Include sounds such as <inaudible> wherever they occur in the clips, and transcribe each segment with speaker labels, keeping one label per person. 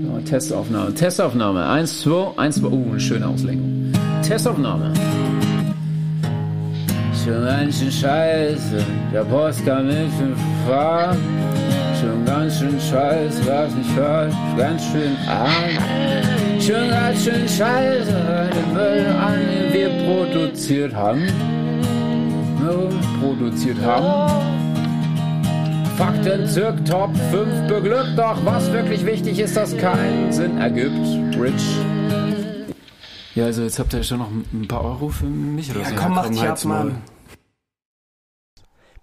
Speaker 1: Ja, Testaufnahme, Testaufnahme. Eins, zwei, eins, zwei. Uh, eine schöne Auslenkung. Testaufnahme. Schon ganz schön scheiße, der Post kann nicht fahren. Schon ganz schön scheiße, was nicht hört. Ganz schön arm. Schon ganz schön scheiße, den Müll an, den wir produziert haben. Ne, produziert haben. Fakten zirk Top 5 beglückt, doch was wirklich wichtig ist, das keinen Sinn ergibt. Rich. Ja, also jetzt habt ihr schon noch ein paar Euro für mich oder
Speaker 2: Ja,
Speaker 1: so. halt
Speaker 2: komm, mach dich ab,
Speaker 1: halt's Maul.
Speaker 2: Mann.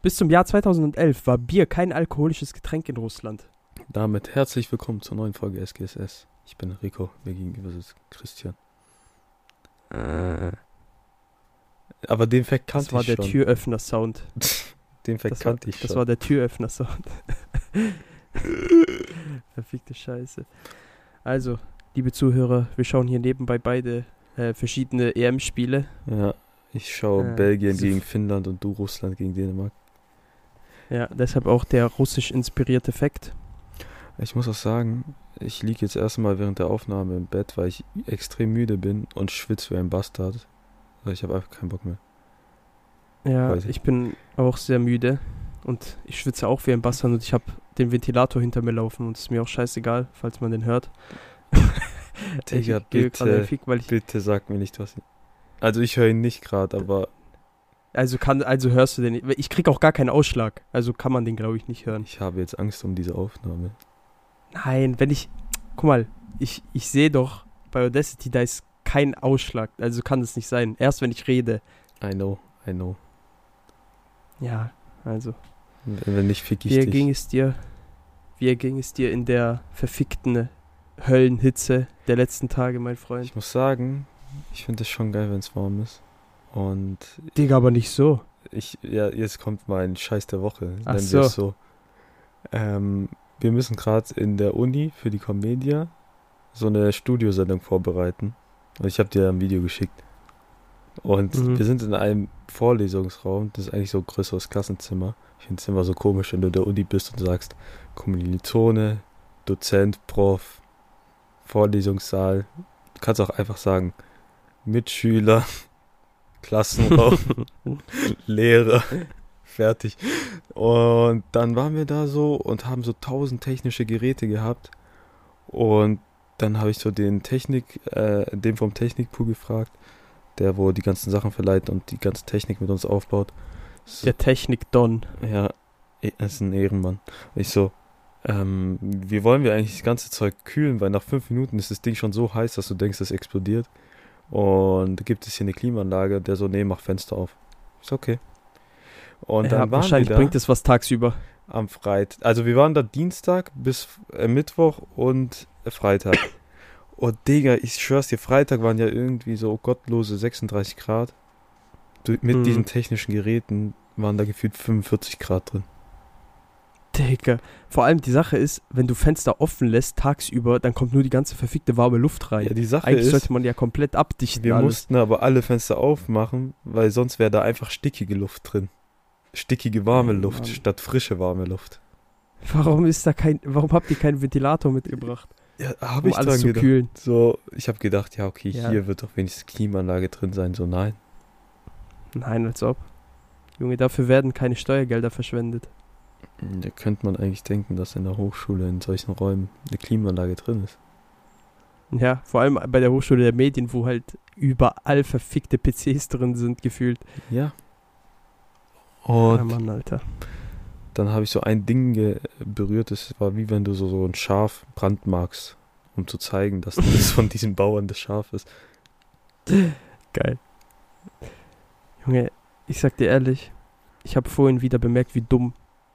Speaker 3: Bis zum Jahr 2011 war Bier kein alkoholisches Getränk in Russland.
Speaker 4: Damit herzlich willkommen zur neuen Folge SGSS. Ich bin Rico, mir gegenüber sitzt Christian. Aber den Fact kannte
Speaker 3: Äh. Das war
Speaker 4: ich
Speaker 3: der
Speaker 4: schon.
Speaker 3: Türöffner-Sound.
Speaker 4: Den Fact
Speaker 3: Das, war-
Speaker 4: kannte ich
Speaker 3: das
Speaker 4: schon.
Speaker 3: war der Türöffner-Sound. <laughs> Verfickte Scheiße. Also, liebe Zuhörer, wir schauen hier nebenbei beide äh, verschiedene EM-Spiele.
Speaker 4: ja, ich schaue
Speaker 3: Äh,
Speaker 4: Belgien
Speaker 3: diese
Speaker 4: gegen
Speaker 3: F-
Speaker 4: Finnland und du Russland gegen Dänemark.
Speaker 3: Ja, deshalb auch der russisch inspirierte Fact.
Speaker 4: Ich muss auch sagen, ich liege jetzt erstmal während der Aufnahme im Bett, weil ich extrem müde bin und schwitze wie ein Bastard. Also ich habe einfach keinen Bock mehr.
Speaker 3: Ja,
Speaker 4: Weiß ich.
Speaker 3: ich bin auch sehr müde und ich schwitze auch wie ein Bastard und ich habe den Ventilator hinter mir laufen und es ist mir auch scheißegal, falls man den hört.
Speaker 4: Digga,
Speaker 3: <laughs> ich gehe gerade
Speaker 4: bitte,
Speaker 3: Fick, weil ich,
Speaker 4: bitte sag mir nicht, was... Also ich höre ihn nicht
Speaker 3: Äh,
Speaker 4: gerade, aber
Speaker 3: also kann also hörst du den nicht. Ich krieg auch gar keinen Ausschlag, also kann man den glaube ich nicht hören.
Speaker 4: ich habe jetzt Angst um diese Aufnahme.
Speaker 3: Nein, wenn ich guck mal, ich ich sehe doch bei Audacity da ist kein Ausschlag, also kann das nicht sein. Erst wenn ich rede.
Speaker 4: I know, I know.
Speaker 3: Ja, also
Speaker 4: Wenn wenn nicht, fick ich
Speaker 3: Wie
Speaker 4: dich.
Speaker 3: ging es dir? Wie ging es dir in der verfickten Höllenhitze der letzten Tage, mein Freund?
Speaker 4: ich muss sagen, ich finde es schon geil, wenn es warm ist. Und
Speaker 3: Digga, aber nicht so.
Speaker 4: ich, ja, jetzt kommt mein Scheiß der Woche. Nennen
Speaker 3: Ach
Speaker 4: wir
Speaker 3: so.
Speaker 4: es so. Ähm, wir müssen gerade in der Uni für die Comedia so eine Studiosendung vorbereiten. Und ich habe dir ein Video geschickt. Und
Speaker 3: Mhm.
Speaker 4: wir sind in einem Vorlesungsraum, das ist eigentlich so ein größeres Klassenzimmer. Ich finde es immer so komisch, wenn du in der Uni bist und sagst, Kommilitone, Dozent, Prof, Vorlesungssaal. Du kannst auch einfach sagen, Mitschüler, Klassenraum, Lehrer, fertig. Und dann waren wir da so und haben so tausend technische Geräte gehabt. Und dann habe ich so den Technik, äh, den vom Technikpool gefragt, der wo die ganzen Sachen verleiht und die ganze Technik mit uns aufbaut. So,
Speaker 3: Der Technik-Don.
Speaker 4: ja, eh, er ist ein Ehrenmann. Ich so, ähm, wie wollen wir eigentlich das ganze Zeug kühlen? Weil nach fünf Minuten ist das Ding schon so heiß, dass du denkst, es explodiert. Und gibt es hier eine Klimaanlage? Der so, nee, mach Fenster auf. Ist okay. Und dann
Speaker 3: Ja,
Speaker 4: waren
Speaker 3: wahrscheinlich
Speaker 4: wir da
Speaker 3: bringt es was tagsüber.
Speaker 4: am Freitag. Also wir waren da Dienstag bis äh, Mittwoch und äh, Freitag. Und Digga, ich schwör's dir, Freitag waren ja irgendwie so gottlose 36 Grad. Du, mit
Speaker 3: Mhm.
Speaker 4: diesen technischen Geräten waren da gefühlt 45 Grad drin.
Speaker 3: Digga. Vor allem die Sache ist, wenn du Fenster offen lässt tagsüber, dann kommt nur die ganze verfickte warme Luft rein.
Speaker 4: Ja, die Sache
Speaker 3: Eigentlich
Speaker 4: ist,
Speaker 3: sollte man ja komplett abdichten.
Speaker 4: wir
Speaker 3: alles.
Speaker 4: mussten aber alle Fenster aufmachen, weil sonst wäre da einfach stickige Luft drin. Stickige warme
Speaker 3: Mann.
Speaker 4: Luft statt frische warme Luft.
Speaker 3: Warum ist da kein. Warum habt ihr keinen Ventilator mitgebracht?
Speaker 4: Ja, habe
Speaker 3: Um
Speaker 4: ich dran
Speaker 3: alles zu
Speaker 4: gedacht.
Speaker 3: kühlen.
Speaker 4: So, ich habe gedacht, ja, okay,
Speaker 3: Ja.
Speaker 4: hier wird doch wenigstens Klimaanlage drin sein. So, nein.
Speaker 3: Nein, als ob. Junge, dafür werden keine Steuergelder verschwendet.
Speaker 4: Hm, Da könnte man eigentlich denken, dass in der Hochschule in solchen Räumen eine Klimaanlage drin ist.
Speaker 3: Ja, vor allem bei der Hochschule der Medien, wo halt überall verfickte PCs drin sind, gefühlt.
Speaker 4: Ja.
Speaker 3: ja,
Speaker 4: Und
Speaker 3: Mann, Alter.
Speaker 4: dann habe ich so ein Ding ge- berührt, das war wie wenn du so, so ein Schaf brandmarkst, um zu zeigen, dass <laughs> das von diesen Bauern das Schaf ist.
Speaker 3: Geil. Junge, ich sag dir ehrlich, ich habe vorhin wieder bemerkt, wie dumm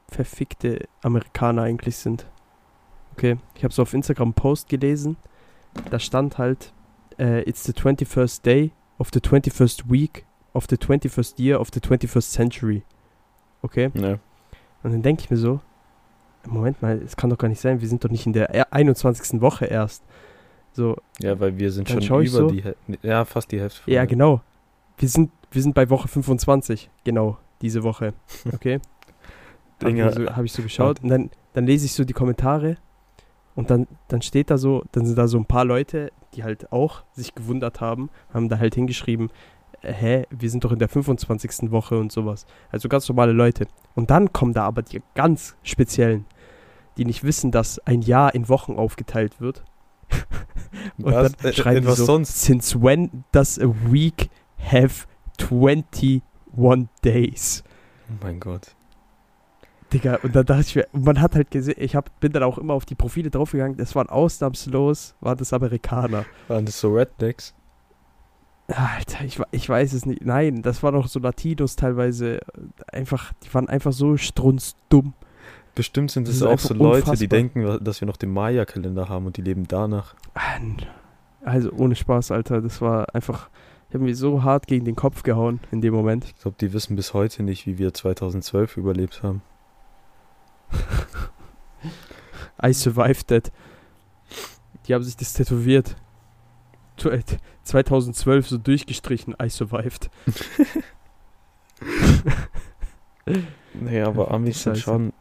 Speaker 3: verfickte Amerikaner eigentlich sind. Okay, ich habe so auf Instagram einen Post gelesen, da stand halt, äh, it's the 21st day of the 21st week of the 21st year of the 21st century. Okay?
Speaker 4: Ja.
Speaker 3: Und dann denke ich mir so, Moment mal, es kann doch gar nicht sein, wir sind doch nicht in der er- 21. Woche erst. So,
Speaker 4: ja, weil wir sind
Speaker 3: Dann schau
Speaker 4: schon
Speaker 3: ich
Speaker 4: über
Speaker 3: so.
Speaker 4: die Häl- nee, Ja, fast die Hälfte. von
Speaker 3: ja
Speaker 4: der-
Speaker 3: genau. Wir sind, wir sind bei Woche 25, genau, diese Woche. Okay? Habe ich,
Speaker 4: Dinger.
Speaker 3: mir so- hab ich so geschaut und dann, dann lese ich so die Kommentare Und dann, dann steht da so, dann sind da so ein paar Leute, die halt auch sich gewundert haben, haben da halt hingeschrieben, äh, hä, wir sind doch in der 25. Woche und sowas. Also ganz normale Leute. Und dann kommen da aber die ganz speziellen, die nicht wissen, dass ein Jahr in Wochen aufgeteilt wird. und
Speaker 4: Was?
Speaker 3: dann
Speaker 4: Äh,
Speaker 3: schreiben
Speaker 4: in
Speaker 3: die
Speaker 4: was
Speaker 3: so,
Speaker 4: sonst?
Speaker 3: since when does a week have 21 days?
Speaker 4: Oh mein Gott.
Speaker 3: Digga, und dann dachte ich mir, und man hat halt gesehen, ich hab, bin dann auch immer auf die Profile draufgegangen, das waren ausnahmslos, waren das Amerikaner.
Speaker 4: Waren das so Rednecks?
Speaker 3: Alter, ich, we- ich weiß es nicht. Nein, das waren auch so Latinos teilweise. Einfach, die waren einfach so strunzdumm.
Speaker 4: Bestimmt sind
Speaker 3: Das
Speaker 4: es
Speaker 3: ist
Speaker 4: auch
Speaker 3: einfach
Speaker 4: so Leute, die
Speaker 3: unfassbar.
Speaker 4: denken, wa- dass wir noch den Maya-Kalender haben und die leben danach.
Speaker 3: Mann. Also ohne Spaß, Alter, das war einfach, ich habe mir so hart gegen den Kopf gehauen in dem Moment.
Speaker 4: Ich glaube, die wissen bis heute nicht, wie wir 2012 überlebt haben.
Speaker 3: I survived that. Die haben sich das tätowiert. Tw- äh, 2012 so durchgestrichen, I survived.
Speaker 4: Naja, aber
Speaker 3: Verdammte
Speaker 4: Amis sind
Speaker 3: Scheiße.
Speaker 4: schon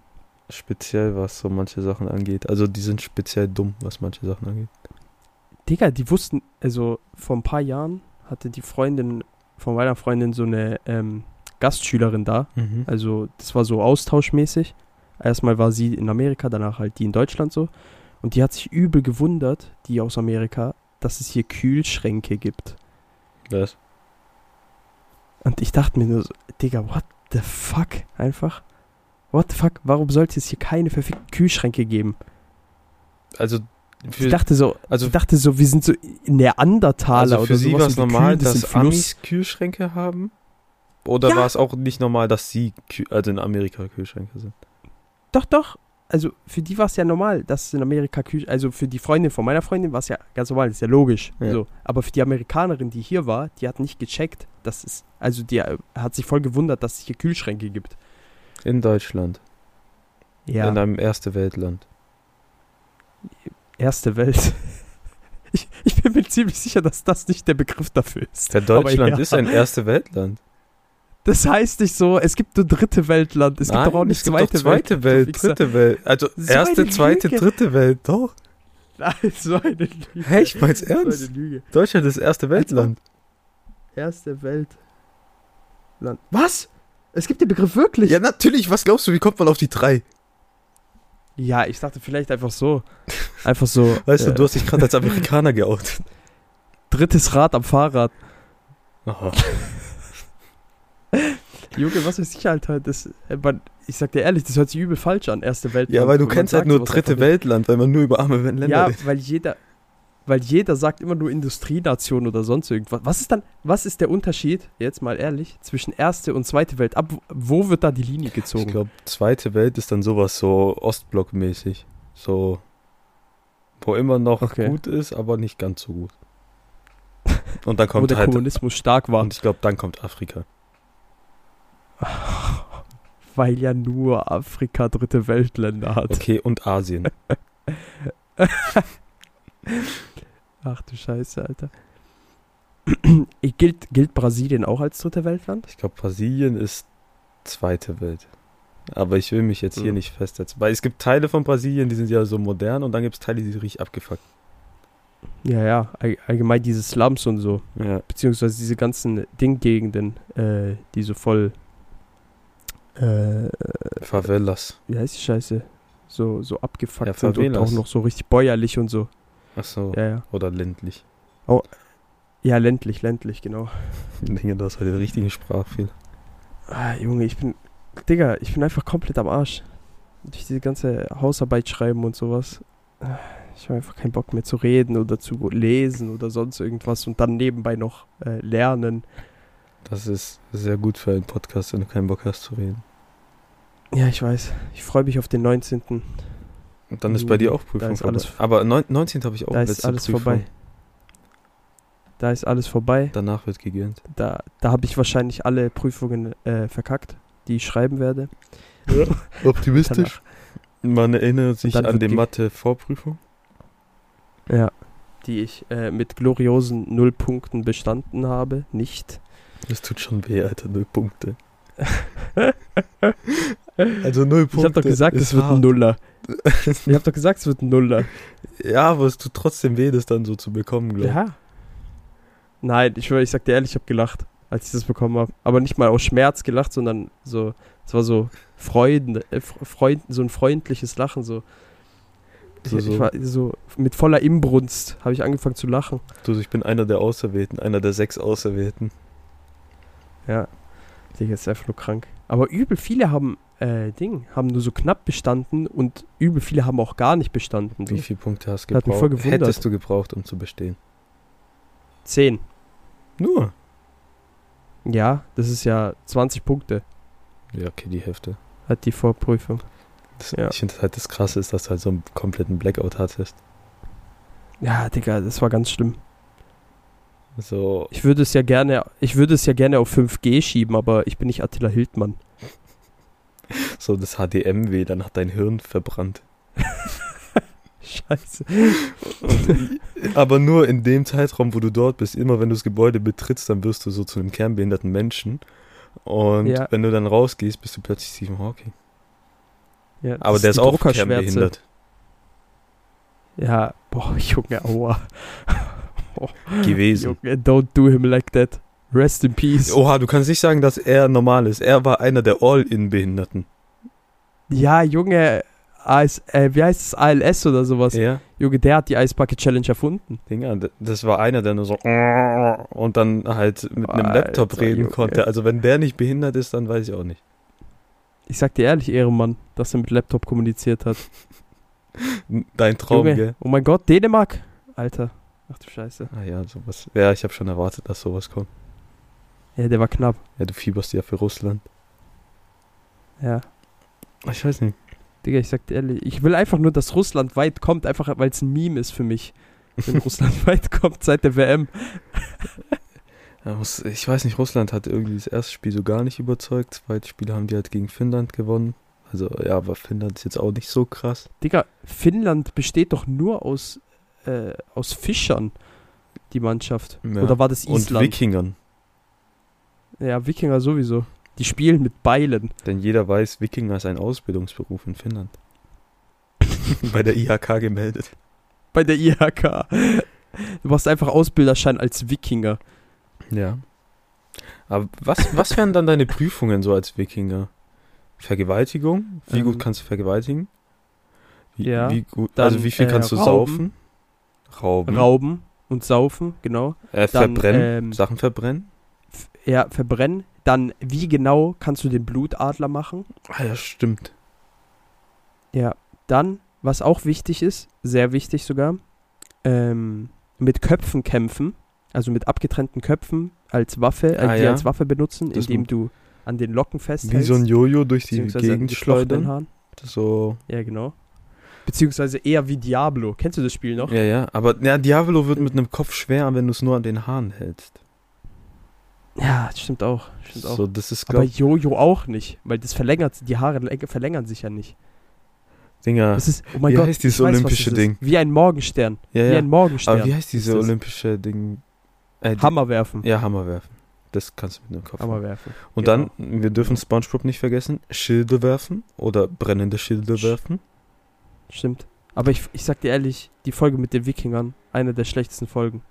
Speaker 4: speziell, was so manche Sachen angeht. Also die sind speziell dumm, was manche Sachen angeht.
Speaker 3: Digga, die wussten, also vor ein paar Jahren hatte die Freundin, von meiner Freundin so eine ähm, Gastschülerin da.
Speaker 4: Mhm.
Speaker 3: Also, das war so austauschmäßig. Erstmal war sie in Amerika, danach halt die in Deutschland so. Und die hat sich übel gewundert, die aus Amerika, dass es hier Kühlschränke gibt.
Speaker 4: Was?
Speaker 3: Und ich dachte mir nur so, Digga, what the fuck? Einfach. What the fuck? Warum sollte es hier keine verfickten Kühlschränke geben?
Speaker 4: Also
Speaker 3: ich
Speaker 4: für,
Speaker 3: dachte so,
Speaker 4: also,
Speaker 3: ich dachte so, wir sind so Neandertaler
Speaker 4: also
Speaker 3: oder
Speaker 4: für sie
Speaker 3: sowas.
Speaker 4: war
Speaker 3: und
Speaker 4: es
Speaker 3: wir
Speaker 4: normal,
Speaker 3: kühlen das im
Speaker 4: dass
Speaker 3: Fluss.
Speaker 4: Amis Kühlschränke haben? Oder
Speaker 3: Ja.
Speaker 4: war es auch nicht normal, dass sie, Kü also in Amerika Kühlschränke sind?
Speaker 3: Doch, doch. Also für die war es ja normal, dass es in Amerika Küche, also für die Freundin von meiner Freundin war es ja ganz normal, ist ja logisch.
Speaker 4: Ja.
Speaker 3: So. Aber für die Amerikanerin, die hier war, die hat nicht gecheckt, dass es, also die äh, hat sich voll gewundert, dass es hier Kühlschränke gibt.
Speaker 4: In Deutschland, in einem erste Weltland.
Speaker 3: Erste Welt. <laughs> Ich, ich bin mir ziemlich sicher, dass das nicht der Begriff dafür ist.
Speaker 4: Ja, Deutschland
Speaker 3: ja.
Speaker 4: ist ein erste Weltland.
Speaker 3: Das heißt nicht so, es gibt nur dritte Weltland, es gibt doch auch nicht
Speaker 4: es gibt doch
Speaker 3: zweite,
Speaker 4: zweite Welt,
Speaker 3: du Wichser.
Speaker 4: dritte Welt. Also
Speaker 3: So
Speaker 4: erste,
Speaker 3: eine
Speaker 4: zweite,
Speaker 3: Lüge.
Speaker 4: dritte Welt, doch.
Speaker 3: <laughs> Nein, so eine Lüge.
Speaker 4: Hä, ich mein's
Speaker 3: So
Speaker 4: ernst.
Speaker 3: eine Lüge.
Speaker 4: Deutschland ist erste Weltland.
Speaker 3: Erste Welt. Land. Was? Es gibt den Begriff wirklich?
Speaker 4: Ja, natürlich, was glaubst du, wie kommt man auf die drei?
Speaker 3: Ja, ich dachte vielleicht einfach
Speaker 4: <laughs>
Speaker 3: so. Einfach so.
Speaker 4: Weißt
Speaker 3: äh,
Speaker 4: du, du hast dich gerade als Amerikaner <laughs> geoutet.
Speaker 3: drittes Rad am Fahrrad.
Speaker 4: Aha.
Speaker 3: Junge, was für Sicherheit halt das. äh, Man, ich sag dir ehrlich, das hört sich übel falsch an, erste Welt.
Speaker 4: Ja, weil du kennst halt nur dritte Weltland, weil man nur über arme Länder
Speaker 3: Ja,
Speaker 4: redet.
Speaker 3: weil jeder. Weil jeder sagt immer nur Industrienation oder sonst irgendwas. Was ist dann, was ist der Unterschied, jetzt mal ehrlich, zwischen erste und zweite Welt? Ab wo wird da die Linie
Speaker 4: Ich
Speaker 3: gezogen?
Speaker 4: glaube, zweite Welt ist dann sowas so Ostblock-mäßig. So, wo immer noch
Speaker 3: Okay.
Speaker 4: gut ist, aber nicht ganz so gut. <laughs> Und dann
Speaker 3: Wo
Speaker 4: kommt
Speaker 3: der
Speaker 4: halt,
Speaker 3: Kommunismus stark war.
Speaker 4: und ich glaube, dann kommt Afrika.
Speaker 3: Weil ja nur Afrika dritte Weltländer hat.
Speaker 4: Okay, und Asien.
Speaker 3: <laughs> Ach du Scheiße, Alter. Ich- gilt, gilt Brasilien auch als dritte Weltland?
Speaker 4: Ich glaube, Brasilien ist zweite Welt. Aber ich will mich jetzt hier
Speaker 3: Mhm.
Speaker 4: nicht festsetzen. Weil es gibt Teile von Brasilien, die sind ja so modern und dann gibt es Teile, die sind richtig abgefuckt.
Speaker 3: Ja, ja, all- allgemein diese Slums und so,
Speaker 4: Ja.
Speaker 3: beziehungsweise diese ganzen Dinggegenden, äh, die so voll, äh,
Speaker 4: Favelas.
Speaker 3: wie heißt die Scheiße? So, so abgefuckt
Speaker 4: Ja,
Speaker 3: sind und
Speaker 4: Favelas.
Speaker 3: auch noch so richtig bäuerlich und so.
Speaker 4: Achso.
Speaker 3: Ja, ja.
Speaker 4: Oder
Speaker 3: <laughs>
Speaker 4: ländlich.
Speaker 3: Ja, ländlich, ländlich, genau.
Speaker 4: Ich denke, das war der richtige Sprachfehler.
Speaker 3: Ah, Junge, ich bin, Digga, ich bin einfach komplett am Arsch. Durch diese ganze Hausarbeit schreiben und sowas. Ah, Ich habe einfach keinen Bock mehr zu reden oder zu lesen oder sonst irgendwas und dann nebenbei noch äh, lernen.
Speaker 4: Das ist sehr gut für einen Podcast, wenn du keinen Bock hast zu reden.
Speaker 3: Ja, ich weiß. Ich freue mich auf den 19.
Speaker 4: Und dann ist bei dir auch Prüfung
Speaker 3: Da ist alles
Speaker 4: vorbei. Aber neun- 19. habe ich auch
Speaker 3: da ist
Speaker 4: letzte
Speaker 3: alles
Speaker 4: Prüfung.
Speaker 3: vorbei. Da ist alles vorbei.
Speaker 4: Danach wird gegönnt.
Speaker 3: Da, da habe ich wahrscheinlich alle Prüfungen äh, verkackt, die ich schreiben werde.
Speaker 4: Optimistisch.
Speaker 3: Danach.
Speaker 4: Man erinnert sich
Speaker 3: dann
Speaker 4: an
Speaker 3: wird
Speaker 4: die
Speaker 3: ge-
Speaker 4: Mathe-Vorprüfung.
Speaker 3: Ja. Die ich äh, mit gloriosen Nullpunkten bestanden habe. Nicht.
Speaker 4: Das tut schon weh, Alter. Null Punkte. <laughs> Also null
Speaker 3: Ich
Speaker 4: Punkte.
Speaker 3: hab doch gesagt,
Speaker 4: ist
Speaker 3: es wird ein
Speaker 4: hart. <laughs>
Speaker 3: Nuller. Ich hab doch gesagt, es wird ein Nuller.
Speaker 4: Ja, aber es tut trotzdem weh, das dann so zu bekommen, glaube ich.
Speaker 3: Ja. Nein, ich schwöre, ich sag dir ehrlich, ich hab gelacht, als ich das bekommen hab. Aber nicht mal aus Schmerz gelacht, sondern so, es war so Freuden, äh, Fre- Freund, so ein freundliches Lachen, so.
Speaker 4: So,
Speaker 3: ich, ich
Speaker 4: so.
Speaker 3: war so mit voller Imbrunst habe ich angefangen zu lachen.
Speaker 4: Du, ich bin einer der Auserwählten, einer der sechs Auserwählten.
Speaker 3: Digga, ist einfach nur krank. Aber übel viele haben, äh, Ding, haben nur so knapp bestanden und übel viele haben auch gar nicht bestanden. So.
Speaker 4: Wie viele Punkte hast du
Speaker 3: Mhm. Hat mich voll
Speaker 4: gebraucht?
Speaker 3: gewundert.
Speaker 4: Hättest du gebraucht, um zu bestehen?
Speaker 3: Zehn.
Speaker 4: Nur?
Speaker 3: Ja, das ist ja 20 Punkte,
Speaker 4: Ja, okay, die Hälfte.
Speaker 3: hat die Vorprüfung.
Speaker 4: Das,
Speaker 3: Ja.
Speaker 4: Ich finde halt das Krasse ist, dass du halt so einen kompletten Blackout hattest.
Speaker 3: Ja, Digga, das war ganz schlimm.
Speaker 4: So,
Speaker 3: Ich würde es ja gerne, ich würde es ja gerne auf 5G schieben, aber ich bin nicht Attila Hildmann.
Speaker 4: so das HDMW, dann hat dein Hirn verbrannt.
Speaker 3: <laughs> Scheiße.
Speaker 4: <laughs> Aber nur in dem Zeitraum, wo du dort bist, immer wenn du das Gebäude betrittst, dann wirst du so zu einem kernbehinderten Menschen. Und
Speaker 3: Ja.
Speaker 4: wenn du dann rausgehst, bist du plötzlich Stephen Hawking.
Speaker 3: Ja,
Speaker 4: Aber
Speaker 3: das
Speaker 4: der ist
Speaker 3: die
Speaker 4: auch
Speaker 3: Druckerschwärze.
Speaker 4: kernbehindert.
Speaker 3: Ja, boah, <laughs> Junge, aua.
Speaker 4: Gewesen.
Speaker 3: Junge, don't do him like that. Rest in peace.
Speaker 4: Oha, du kannst nicht sagen, dass er normal ist. Er war einer der All-In-Behinderten.
Speaker 3: Ja, Junge, AS, äh, wie heißt es, ALS oder sowas?
Speaker 4: Ja.
Speaker 3: Junge, der hat die Ice Bucket Challenge erfunden.
Speaker 4: Dinger, d- das war einer, der nur so und dann halt mit einem
Speaker 3: Alter,
Speaker 4: Laptop reden
Speaker 3: Junge.
Speaker 4: konnte. Also wenn der nicht behindert ist, dann weiß ich auch nicht.
Speaker 3: Ich sag dir ehrlich, Ehrenmann, dass er mit Laptop kommuniziert hat.
Speaker 4: Dein Traum,
Speaker 3: Junge,
Speaker 4: gell?
Speaker 3: oh mein Gott, Dänemark. Alter, ach du Scheiße.
Speaker 4: Ah ja, sowas. Ja, ich habe schon erwartet, dass sowas kommt.
Speaker 3: Ja, der war knapp.
Speaker 4: Ja, du fieberst ja für Russland.
Speaker 3: Ja.
Speaker 4: Ich weiß nicht.
Speaker 3: Digga, ich sag dir ehrlich, ich will einfach nur, dass Russland weit kommt, einfach weil es ein Meme ist für mich.
Speaker 4: <laughs>
Speaker 3: Wenn Russland weit kommt seit der WM.
Speaker 4: Ja, muss- Ich weiß nicht, Russland hat irgendwie das erste Spiel so gar nicht überzeugt. Zweites Spiel haben die halt gegen Finnland gewonnen. Also ja, aber Finnland ist jetzt auch nicht so krass.
Speaker 3: Digga, Finnland besteht doch nur aus, äh, aus Fischern, die Mannschaft.
Speaker 4: Ja.
Speaker 3: Oder war das
Speaker 4: Und
Speaker 3: Island?
Speaker 4: Wikingern.
Speaker 3: ja, Wikinger sowieso. Die spielen mit Beilen.
Speaker 4: Denn jeder weiß, Wikinger ist ein Ausbildungsberuf in <laughs> Finnland. Bei der IHK gemeldet.
Speaker 3: Bei der IHK. Du machst einfach Ausbilderschein als Wikinger.
Speaker 4: Ja. Aber was, was wären dann deine Prüfungen so als Wikinger? Vergewaltigung? Wie
Speaker 3: Ähm.
Speaker 4: gut kannst du vergewaltigen? Wie,
Speaker 3: Ja.
Speaker 4: Wie gut,
Speaker 3: Dann,
Speaker 4: also wie viel
Speaker 3: äh,
Speaker 4: kannst du
Speaker 3: Rauben.
Speaker 4: saufen? Rauben.
Speaker 3: Rauben und saufen, genau.
Speaker 4: äh,
Speaker 3: Dann,
Speaker 4: Mhm. verbrennen.
Speaker 3: ähm,
Speaker 4: Sachen verbrennen?
Speaker 3: f- ja, verbrennen. Dann, wie genau kannst du den Blutadler machen?
Speaker 4: Ah ja, stimmt.
Speaker 3: Ja, dann, was auch wichtig ist, sehr wichtig sogar, ähm, mit Köpfen kämpfen, also mit abgetrennten Köpfen als Waffe, äh,
Speaker 4: Ah,
Speaker 3: die
Speaker 4: ja.
Speaker 3: als Waffe benutzen,
Speaker 4: Das
Speaker 3: indem
Speaker 4: mu-
Speaker 3: du an den Locken festhältst.
Speaker 4: Wie so ein Jojo durch die
Speaker 3: beziehungsweise an
Speaker 4: Gegend
Speaker 3: geflochtenen
Speaker 4: schleudern.
Speaker 3: Haaren.
Speaker 4: So.
Speaker 3: Ja, genau. Beziehungsweise eher wie Diablo. Kennst du das Spiel noch?
Speaker 4: Ja, ja. Aber ja, Diavolo wird mit einem Kopf schwer, wenn du es nur an den Haaren hältst.
Speaker 3: Ja, das stimmt auch. Stimmt auch.
Speaker 4: So, das ist,
Speaker 3: Aber
Speaker 4: glaube
Speaker 3: Jojo auch nicht, weil das verlängert, die Haare le- verlängern sich ja nicht.
Speaker 4: Dinger.
Speaker 3: Das ist, oh mein
Speaker 4: Wie
Speaker 3: Gott,
Speaker 4: heißt dieses
Speaker 3: ich weiß, was das
Speaker 4: olympische
Speaker 3: ist.
Speaker 4: Ding?
Speaker 3: Wie ein Morgenstern.
Speaker 4: Ja,
Speaker 3: Wie
Speaker 4: ja.
Speaker 3: ein Morgenstern.
Speaker 4: Aber wie heißt diese
Speaker 3: das.
Speaker 4: olympische Ding? Äh, die-
Speaker 3: Hammer werfen.
Speaker 4: Ja, Hammer werfen. Das kannst du mit dem Kopf.
Speaker 3: Hammer
Speaker 4: machen.
Speaker 3: werfen.
Speaker 4: Und
Speaker 3: genau.
Speaker 4: dann, wir dürfen SpongeBob nicht vergessen, Schilde werfen oder brennende Schilde
Speaker 3: Sch- Mhm.
Speaker 4: werfen.
Speaker 3: Stimmt. Aber ich, ich sag dir ehrlich, die Folge mit den Wikingern, eine der schlechtesten Folgen.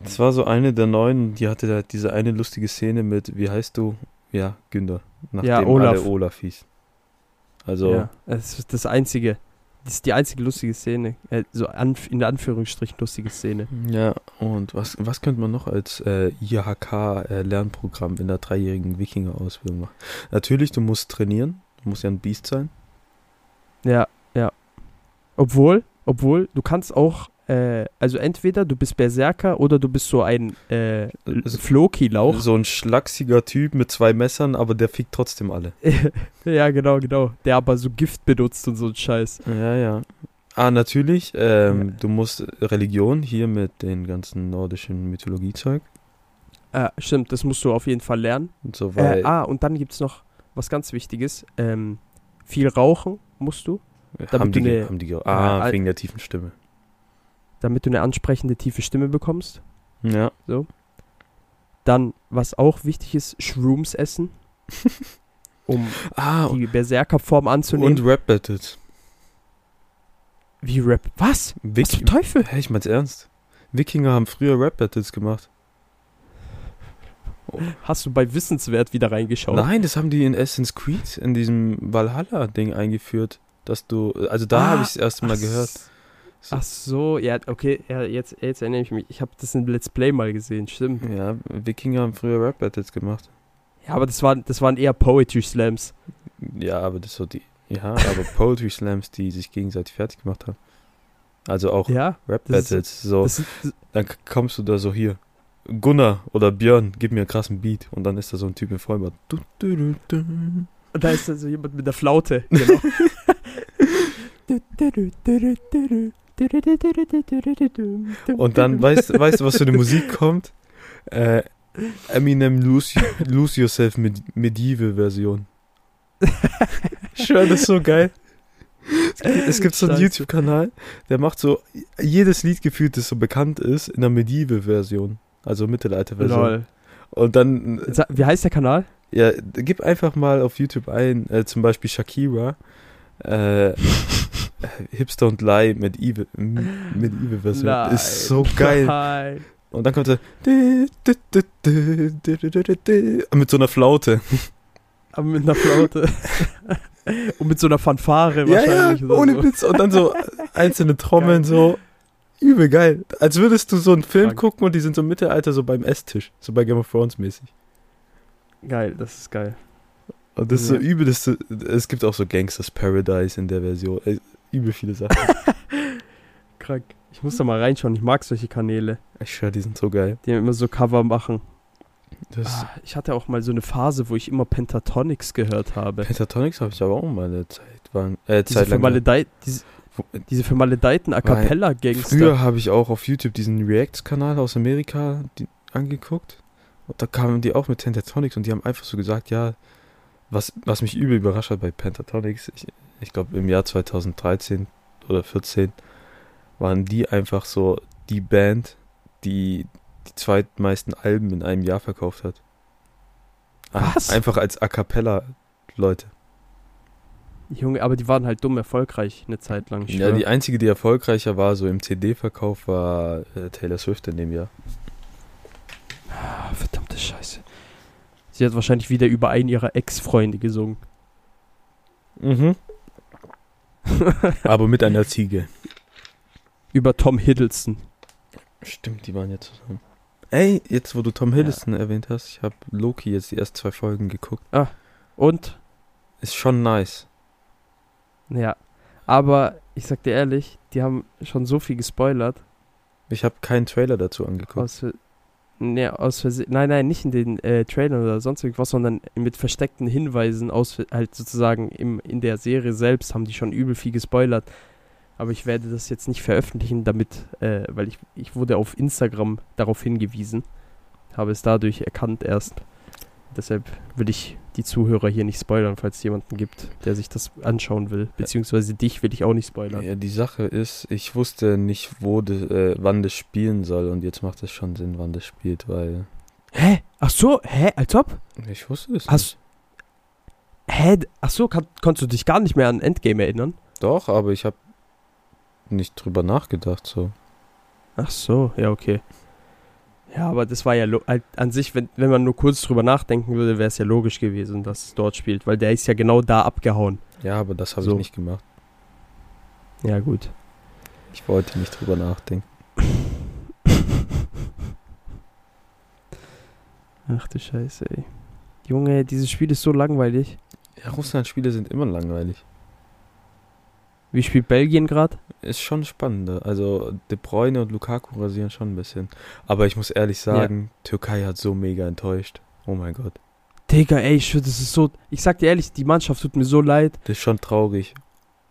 Speaker 4: Das war so eine der neuen, die hatte da diese eine lustige Szene mit, wie heißt du? Ja, Günther. Nachdem
Speaker 3: Ja, Olaf.
Speaker 4: alle Olaf hieß. Also,
Speaker 3: Ja. Es ist das einzige, das ist die einzige lustige Szene, äh, so anf in Anführungsstrichen lustige Szene.
Speaker 4: ja, und was, was könnte man noch als äh, IHK-Lernprogramm äh, in der dreijährigen Wikinger-Ausbildung machen? Natürlich, du musst trainieren, du musst ja ein Biest sein.
Speaker 3: Ja, ja. Obwohl, obwohl, du kannst auch, äh, also entweder du bist Berserker oder du bist so ein äh, L-
Speaker 4: Also-
Speaker 3: Floki-Lauch.
Speaker 4: So ein schlachsiger Typ mit zwei Messern, aber der fickt trotzdem alle.
Speaker 3: <laughs> ja, genau, genau. Der aber so Gift benutzt und so ein Scheiß.
Speaker 4: Ja, ja. Ah, natürlich. Ähm,
Speaker 3: Ja.
Speaker 4: Du musst Religion hier mit den ganzen nordischen Mythologiezeug
Speaker 3: Ah, stimmt, das musst du auf jeden Fall lernen.
Speaker 4: und so, weil.
Speaker 3: Äh, ah, und dann gibt's noch was ganz Wichtiges. Ähm, viel rauchen musst du.
Speaker 4: haben,
Speaker 3: damit
Speaker 4: die,
Speaker 3: du
Speaker 4: ge-
Speaker 3: eine-
Speaker 4: haben die. ge- Ah,
Speaker 3: al-
Speaker 4: wegen der tiefen Stimme.
Speaker 3: damit du eine ansprechende tiefe Stimme bekommst.
Speaker 4: Ja. <laughs>
Speaker 3: Dann, was auch wichtig ist, Shrooms essen. um
Speaker 4: Ah,
Speaker 3: die Berserkerform anzunehmen.
Speaker 4: und Rap Battles.
Speaker 3: Wie Rap. Was? Was
Speaker 4: Wiki
Speaker 3: zum Teufel?
Speaker 4: Hä, ich mein's ernst. Wikinger haben früher Rap Battles gemacht.
Speaker 3: Hast du bei Wissenswert wieder reingeschaut?
Speaker 4: Nein, das haben die in Assassin's Creed, in diesem Valhalla-Ding eingeführt. Dass du, also da
Speaker 3: Ah,
Speaker 4: habe ich das erste Mal gehört.
Speaker 3: s- Ach so, ja, okay, ja, jetzt, jetzt erinnere ich mich. Ich habe das in Let's Play mal gesehen, stimmt.
Speaker 4: Ja, Wikinger haben früher Rap Battles gemacht.
Speaker 3: Ja, aber das waren, das waren eher Poetry Slams.
Speaker 4: Ja, aber das so die, ja, aber Poetry Slams, die sich gegenseitig fertig gemacht haben. Also auch
Speaker 3: Ja,
Speaker 4: Rap
Speaker 3: das ist-
Speaker 4: Battles, so.
Speaker 3: das, ist-
Speaker 4: dann k- kommst du da so hier. Gunnar oder Björn, gib mir einen krassen Beat. Und dann ist da so ein Typ im Vollbart. Du, du, du, du.
Speaker 3: da ist also jemand mit der
Speaker 4: <laughs>
Speaker 3: Flaute. Genau.
Speaker 4: Und dann weißt, weißt du, was für eine Musik kommt? Äh, Eminem Lose, Lose Yourself Med Medieval Version. Schön, das ist so geil. Es gibt, es gibt so einen
Speaker 3: Scheiße.
Speaker 4: YouTube-Kanal, der macht so jedes Lied gefühlt, das so bekannt ist, in der Medieval Version. Also Mittelalter-Version.
Speaker 3: Lol.
Speaker 4: Und dann äh,
Speaker 3: Sa- Wie heißt der Kanal?
Speaker 4: Ja, gib einfach mal auf YouTube ein, äh, zum Beispiel Shakira,
Speaker 3: <laughs>
Speaker 4: äh, Hipster und Lie mit Evil, m- mit Evil Version.
Speaker 3: Nein.
Speaker 4: Ist so geil.
Speaker 3: Nein.
Speaker 4: Und dann kommt er mit so einer Flaute.
Speaker 3: Aber mit einer
Speaker 4: <laughs>
Speaker 3: Flaute. Und mit so einer Fanfare
Speaker 4: Ja, ja,
Speaker 3: wahrscheinlich. oder
Speaker 4: ohne
Speaker 3: so.
Speaker 4: Blitz. Und dann <laughs> so einzelne Trommeln, so übel geil. Als würdest du so einen Film
Speaker 3: Krank.
Speaker 4: gucken und die sind so im Mittelalter, so beim Esstisch, so bei Game of Thrones mäßig.
Speaker 3: Geil, das ist geil.
Speaker 4: Und das ist so
Speaker 3: Ja.
Speaker 4: übel, das, es gibt auch so Gangsters Paradise in der Version. Äh, Übel viele Sachen.
Speaker 3: Krank. Ich muss da mal reinschauen. Ich mag solche Kanäle,
Speaker 4: <laughs> Ich schwör, die sind so geil.
Speaker 3: die immer so Cover machen.
Speaker 4: Das
Speaker 3: Ah, ich hatte auch mal so eine Phase, wo ich immer Pentatonics gehört
Speaker 4: Ah.
Speaker 3: habe.
Speaker 4: Pentatonics habe ich aber auch mal eine Zeit, lang- äh,
Speaker 3: Diese
Speaker 4: Zeit lang.
Speaker 3: vermaledei diese,
Speaker 4: Wo-
Speaker 3: diese vermaledeiten A cappella Gangster.
Speaker 4: Früher habe ich auch auf YouTube diesen Reacts-Kanal aus Amerika die, angeguckt. Und da kamen die auch mit Pentatonics und die haben einfach so gesagt, ja, was, was mich übel überrascht hat bei Pentatonics, ich, ich glaube im Jahr 2013 oder 14 waren die einfach so die Band, die die zweitmeisten Alben in einem Jahr verkauft hat. Ah,
Speaker 3: Was?
Speaker 4: Einfach als A Cappella-Leute.
Speaker 3: Junge, aber die waren halt dumm erfolgreich eine Zeit lang. ich
Speaker 4: Ja,
Speaker 3: schwör.
Speaker 4: die einzige, die erfolgreicher war, so im CD-Verkauf, war äh, Taylor Swift in dem Jahr.
Speaker 3: Ah, verdammte Scheiße. Sie hat wahrscheinlich wieder über einen ihrer Ex-Freunde gesungen.
Speaker 4: Mhm. <laughs> Aber mit einer Ziege.
Speaker 3: Über Tom Hiddleston.
Speaker 4: Stimmt, die waren ja zusammen. Ey, jetzt wo du Tom Hiddleston erwähnt hast, ich habe Loki jetzt die ersten zwei Folgen geguckt.
Speaker 3: Und,
Speaker 4: Ist schon nice.
Speaker 3: ja. Aber ich sag dir ehrlich, die haben schon so viel gespoilert.
Speaker 4: Ich habe keinen Trailer dazu angeguckt.
Speaker 3: Aus, Ver- nee, aus Versehen. Nein, nein, nicht in den äh, Trailern oder sonst irgendwas, sondern mit versteckten Hinweisen aus, Ver- halt sozusagen im, in der Serie selbst haben die schon übel viel gespoilert. Aber ich werde das jetzt nicht veröffentlichen, damit, äh, weil ich, ich wurde auf Instagram darauf hingewiesen, habe es dadurch erkannt erst. Deshalb will ich die Zuhörer hier nicht spoilern, falls es jemanden gibt, der sich das anschauen will. Beziehungsweise dich will ich auch nicht spoilern.
Speaker 4: Ja, die Sache ist, ich wusste nicht, wo de, äh, wann das spielen soll und jetzt macht es schon Sinn, wann das spielt, weil
Speaker 3: Hä? Ach so, hä? Als ob?
Speaker 4: ich wusste es
Speaker 3: Hast. Hä? D- Ach so, kann, konntest du dich gar nicht mehr an Endgame erinnern?
Speaker 4: nicht. Doch, aber ich habe nicht drüber nachgedacht so.
Speaker 3: Ach so, ja, okay. Ja, aber das war ja lo- halt an sich, wenn, wenn man nur kurz drüber nachdenken würde, wäre es ja logisch gewesen, dass es dort spielt, weil der ist ja genau da abgehauen.
Speaker 4: Ja, aber das habe
Speaker 3: So.
Speaker 4: ich nicht gemacht.
Speaker 3: Ja, gut.
Speaker 4: Ich wollte nicht drüber nachdenken.
Speaker 3: Ach du Scheiße, ey. Junge, dieses Spiel ist so langweilig.
Speaker 4: Ja, Russland-Spiele sind immer langweilig.
Speaker 3: Wie spielt Belgien gerade?
Speaker 4: Ist schon spannender. Also De Bruyne und Lukaku rasieren schon ein bisschen. Aber ich muss ehrlich sagen, Türkei hat so mega enttäuscht. Oh mein Gott.
Speaker 3: Digga, ey, ich, schwör, das ist so. Ich sag dir ehrlich, die Mannschaft tut mir so leid.
Speaker 4: Das ist schon traurig.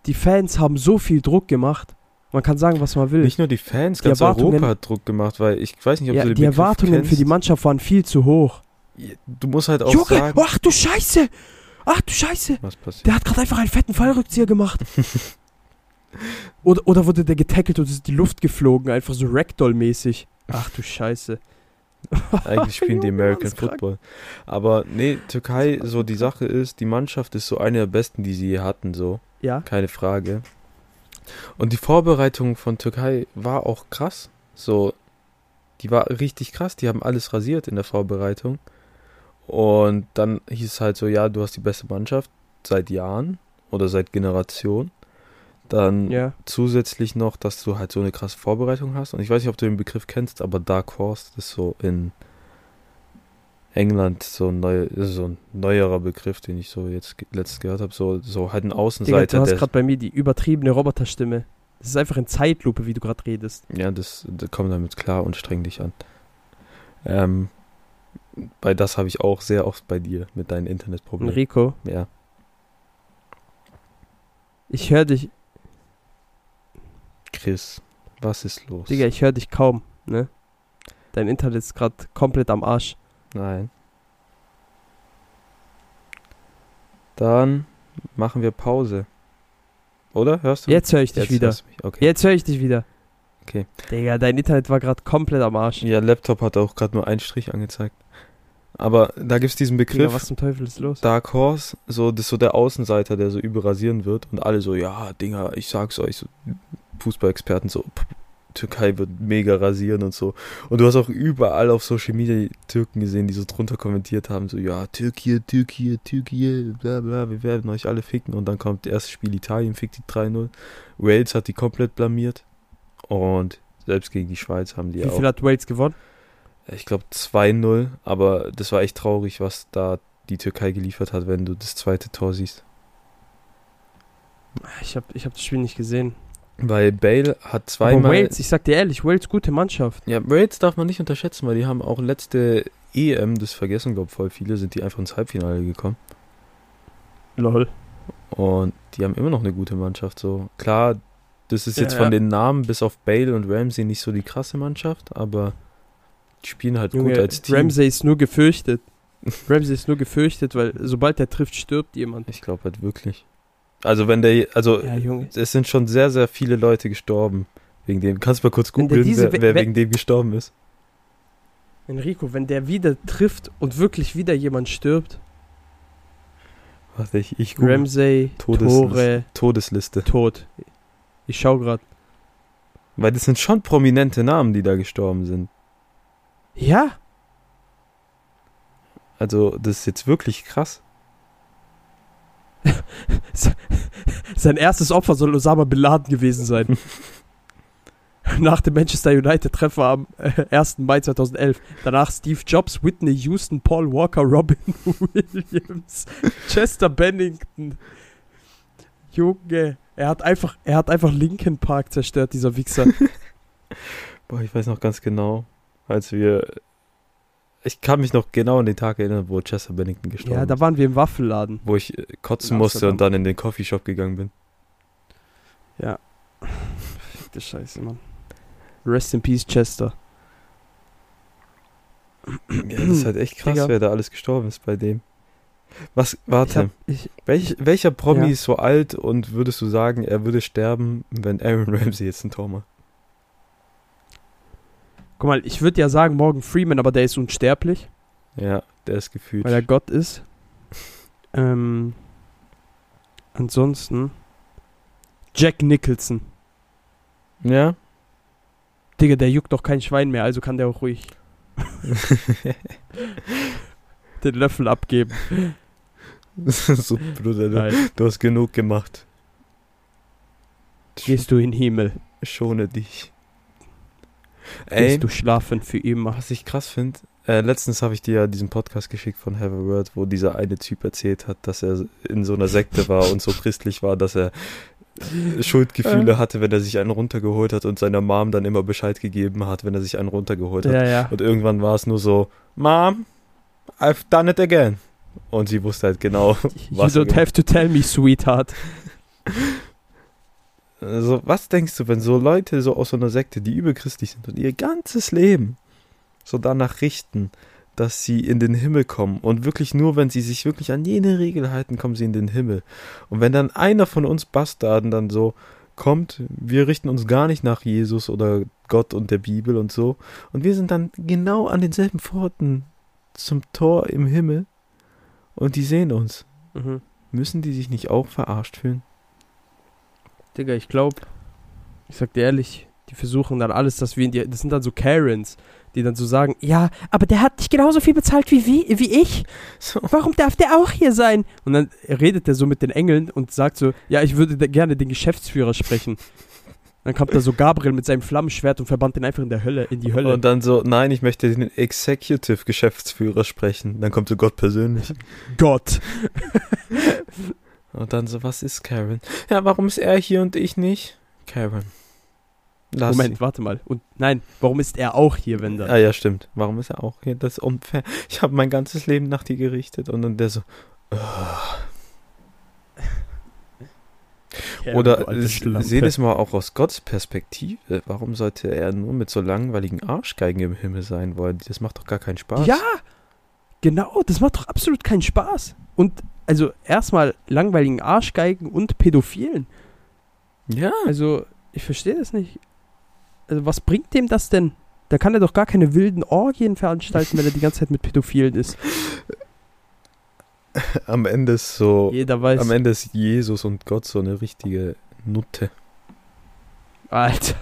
Speaker 3: Die Fans haben so viel Druck gemacht. Man kann sagen, was man will.
Speaker 4: Nicht nur die Fans,
Speaker 3: Die
Speaker 4: ganz
Speaker 3: Erwartungen-
Speaker 4: Europa hat Druck gemacht, weil ich weiß nicht, ob
Speaker 3: Ja,
Speaker 4: du den
Speaker 3: die
Speaker 4: Begriff
Speaker 3: Erwartungen
Speaker 4: kennst.
Speaker 3: für die Mannschaft waren viel zu hoch.
Speaker 4: Du musst halt auch
Speaker 3: Junge,
Speaker 4: sagen,
Speaker 3: ach du Scheiße! Ach du Scheiße!
Speaker 4: was passiert.
Speaker 3: Der hat gerade einfach einen fetten Fallrückzieher
Speaker 4: <laughs>
Speaker 3: gemacht. oder, oder wurde der getackelt und ist in die Luft geflogen, einfach so Ragdoll-mäßig. Ach du Scheiße.
Speaker 4: Eigentlich spielen die
Speaker 3: Junge, Mann,
Speaker 4: American
Speaker 3: ist krank.
Speaker 4: Football. Aber nee, Türkei, so die Sache ist, die Mannschaft ist so eine der besten, die sie je hatten, so.
Speaker 3: Ja,
Speaker 4: Keine Frage. Und die Vorbereitung von Türkei war auch krass. So, die war richtig krass. Die haben alles rasiert in der Vorbereitung. Und dann hieß es halt so, ja, du hast die beste Mannschaft seit Jahren oder seit Generation. Dann
Speaker 3: ja.
Speaker 4: zusätzlich noch, dass du halt so eine krasse Vorbereitung hast. Und ich weiß nicht, ob du den Begriff kennst, aber Dark Horse ist so in England so ein, neu, so ein neuerer Begriff, den ich so jetzt ge- letztens gehört habe. So, so halt ein
Speaker 3: Digga, du
Speaker 4: Außenseiter.
Speaker 3: hast
Speaker 4: Der,
Speaker 3: gerade bei mir die übertriebene Roboterstimme. Das ist einfach in Zeitlupe, wie du gerade redest.
Speaker 4: ja, das, das komm damit klar und streng dich an. Ähm, bei das habe ich auch sehr oft bei dir mit deinen Internetproblemen.
Speaker 3: Enrico,
Speaker 4: Ja.
Speaker 3: ich höre dich,
Speaker 4: Chris, was ist los?
Speaker 3: Digga, ich höre dich kaum, ne? Dein Internet ist gerade komplett am Arsch.
Speaker 4: Nein. Dann machen wir Pause. Oder? Hörst du?
Speaker 3: Jetzt höre ich dich
Speaker 4: Jetzt
Speaker 3: wieder.
Speaker 4: hörst du mich. Okay.
Speaker 3: Jetzt höre ich dich wieder.
Speaker 4: Okay.
Speaker 3: Digga, dein Internet war gerade komplett am Arsch.
Speaker 4: Ja, Laptop hat auch gerade nur einen Strich angezeigt. Aber da gibt es diesen
Speaker 3: Digga,
Speaker 4: Begriff,
Speaker 3: was zum Teufel ist los?
Speaker 4: Dark Horse, so, das ist so der Außenseiter, der so überrasieren wird und alle so, ja, Dinger, ich sag's euch, so Fußballexperten so, "P- Türkei wird mega rasieren und so. Und du hast auch überall auf Social Media die Türken gesehen, die so drunter kommentiert haben, so, ja, Türkei, Türkei, Türkei, bla bla, wir werden euch alle ficken. Und dann kommt das erste Spiel Italien, fickt die 3-0. Wales hat die komplett blamiert. Und selbst gegen die Schweiz haben die
Speaker 3: Wie
Speaker 4: auch.
Speaker 3: viel hat Wales gewonnen?
Speaker 4: Äh, Ich glaube 2-0, aber das war echt traurig, was da die Türkei geliefert hat, wenn du das zweite Tor siehst.
Speaker 3: Ich habe ich hab das Spiel nicht gesehen.
Speaker 4: Weil Bale hat
Speaker 3: Aber
Speaker 4: zweimal.
Speaker 3: Wales, ich sag dir ehrlich, Wales gute Mannschaft.
Speaker 4: Ja, Wales darf man nicht unterschätzen, weil die haben auch letzte EM, das vergessen, glaube voll viele, sind die einfach ins Halbfinale gekommen.
Speaker 3: Lol.
Speaker 4: Und die haben immer noch eine gute Mannschaft. So klar, das ist
Speaker 3: Ja,
Speaker 4: jetzt von
Speaker 3: ja.
Speaker 4: den Namen bis auf Bale und Ramsey nicht so die krasse Mannschaft, aber die spielen halt
Speaker 3: Junge,
Speaker 4: gut als Team.
Speaker 3: Ramsey ist nur
Speaker 4: <laughs>
Speaker 3: gefürchtet. Ramsey ist nur gefürchtet, weil sobald er trifft, stirbt jemand.
Speaker 4: Ich glaube halt wirklich. Also wenn der, also
Speaker 3: Ja, Junge.
Speaker 4: es sind schon sehr, sehr viele Leute gestorben wegen dem. Kannst du mal kurz
Speaker 3: Wenn der
Speaker 4: googeln,
Speaker 3: diese
Speaker 4: wer,
Speaker 3: We-
Speaker 4: wer
Speaker 3: We-
Speaker 4: wegen dem gestorben ist?
Speaker 3: Enrico, wenn der wieder trifft und wirklich wieder jemand stirbt,
Speaker 4: Warte, ich, ich google
Speaker 3: Ramsey,
Speaker 4: Todes-
Speaker 3: Tore,
Speaker 4: Todesliste.
Speaker 3: tot. Ich schau gerade.
Speaker 4: Weil das sind schon prominente Namen, die da gestorben sind.
Speaker 3: Ja,
Speaker 4: Also das ist jetzt wirklich krass.
Speaker 3: sein erstes Opfer soll Osama Bin Laden gewesen <laughs> sein. Nach dem Manchester United-Treffer am äh, 1. Mai 2011. Danach Steve Jobs, Whitney Houston, Paul Walker, Robin <laughs> Williams, Chester Bennington. Junge, er hat einfach, er hat einfach Linkin Park zerstört, dieser Wichser.
Speaker 4: Boah, ich weiß noch ganz genau, als wir... Ich kann mich noch genau an den Tag erinnern, wo Chester Bennington gestorben
Speaker 3: ja, da waren wir im Waffelladen.
Speaker 4: ist. Wo ich äh, kotzen
Speaker 3: In
Speaker 4: musste
Speaker 3: Amsterdam.
Speaker 4: und dann in den Coffeeshop
Speaker 3: <clears throat>
Speaker 4: gegangen bin.
Speaker 3: Verfickte Scheiße, Mann. Rest in Peace, Chester.
Speaker 4: Ja, das ist halt echt krass,
Speaker 3: Digga.
Speaker 4: wer da alles gestorben ist bei dem. Was, warte.
Speaker 3: Ich hab, ich,
Speaker 4: Welch, welcher Promi
Speaker 3: Ja.
Speaker 4: ist so alt und würdest du sagen, er würde sterben, wenn Aaron Ramsey jetzt ein Tor macht?
Speaker 3: guck mal, ich würde ja sagen Morgan Freeman, aber der ist unsterblich,
Speaker 4: Ja, der ist gefühlt.
Speaker 3: weil er Gott ist. Ähm, ansonsten Jack Nicholson.
Speaker 4: ja? <laughs>
Speaker 3: Digga, der juckt doch kein Schwein mehr, also kann der auch <laughs> ruhig den Löffel <laughs> abgeben.
Speaker 4: so, Bruder, du, du hast genug gemacht. Sch
Speaker 3: Gehst du in den Himmel,
Speaker 4: schone dich. Ey,
Speaker 3: gehst du schlafen für immer.
Speaker 4: was ich krass finde, äh, letztens habe ich dir ja diesen Podcast geschickt von Have a Word, wo dieser eine Typ erzählt hat, dass er in so einer Sekte war und so christlich war, dass er
Speaker 3: Äh.
Speaker 4: Schuldgefühle hatte, wenn er sich einen runtergeholt hat und seiner Mom dann immer Bescheid gegeben hat, wenn er sich einen runtergeholt hat.
Speaker 3: Ja, ja.
Speaker 4: Und irgendwann war es nur so, Mom, I've done it again. Und sie wusste halt genau,
Speaker 3: You
Speaker 4: was. er
Speaker 3: don't
Speaker 4: gemacht-
Speaker 3: have to tell me, sweetheart.
Speaker 4: Also, was denkst du, wenn so Leute so aus so einer Sekte, die überchristlich sind und ihr ganzes Leben so danach richten, dass sie in den Himmel kommen und wirklich nur, wenn sie sich wirklich an jene Regel halten, kommen sie in den Himmel. Und wenn dann einer von uns Bastarden dann so kommt, wir richten uns gar nicht nach Jesus oder Gott und der Bibel und so. Und wir sind dann genau an denselben Pforten zum Tor im Himmel und die sehen uns.
Speaker 3: Mhm.
Speaker 4: Müssen die sich nicht auch verarscht fühlen? <laughs>
Speaker 3: Digga, ich glaube, ich sag dir ehrlich, die versuchen dann alles, dass wir, in die, das sind dann so Karens, die dann so sagen, ja, aber der hat dich genauso viel bezahlt wie, wie, wie ich.
Speaker 4: So.
Speaker 3: Warum darf der auch hier sein? Und dann redet er so mit den Engeln und sagt so, ja, ich würde da gerne den Geschäftsführer sprechen. Dann kommt da so Gabriel mit seinem Flammenschwert und verbannt den einfach in der Hölle, in die Hölle.
Speaker 4: Und dann so, nein, ich möchte den Executive-Geschäftsführer sprechen. Dann kommt so Gott persönlich.
Speaker 3: <laughs> Gott.
Speaker 4: Und dann so, was ist Karen? Ja, warum ist er hier und ich nicht? Karen. Lass
Speaker 3: Moment, warte mal. Und nein, warum ist er auch hier, wenn
Speaker 4: ihn.
Speaker 3: dann?
Speaker 4: Ah ja, stimmt. Warum ist er auch hier? Das ist unfair. Ich habe mein ganzes Leben nach dir gerichtet. Und dann der so,
Speaker 3: Karen, du
Speaker 4: Oder
Speaker 3: alte
Speaker 4: es-
Speaker 3: Schlampe.
Speaker 4: sehen es mal auch aus Gottes Perspektive. Warum sollte er nur mit so langweiligen Arschgeigen im Himmel sein wollen? Das macht doch gar keinen Spaß.
Speaker 3: Ja, genau, das macht doch absolut keinen Spaß. Und also erstmal langweiligen Arschgeigen und Pädophilen.
Speaker 4: Ja.
Speaker 3: Also, ich verstehe das nicht. Also, was bringt dem das denn? Da kann er doch gar keine wilden Orgien veranstalten, wenn er die ganze Zeit mit Pädophilen ist.
Speaker 4: Am Ende ist so.
Speaker 3: Jeder weiß.
Speaker 4: Am Ende ist Jesus und Gott so eine richtige Nutte.
Speaker 3: Alter.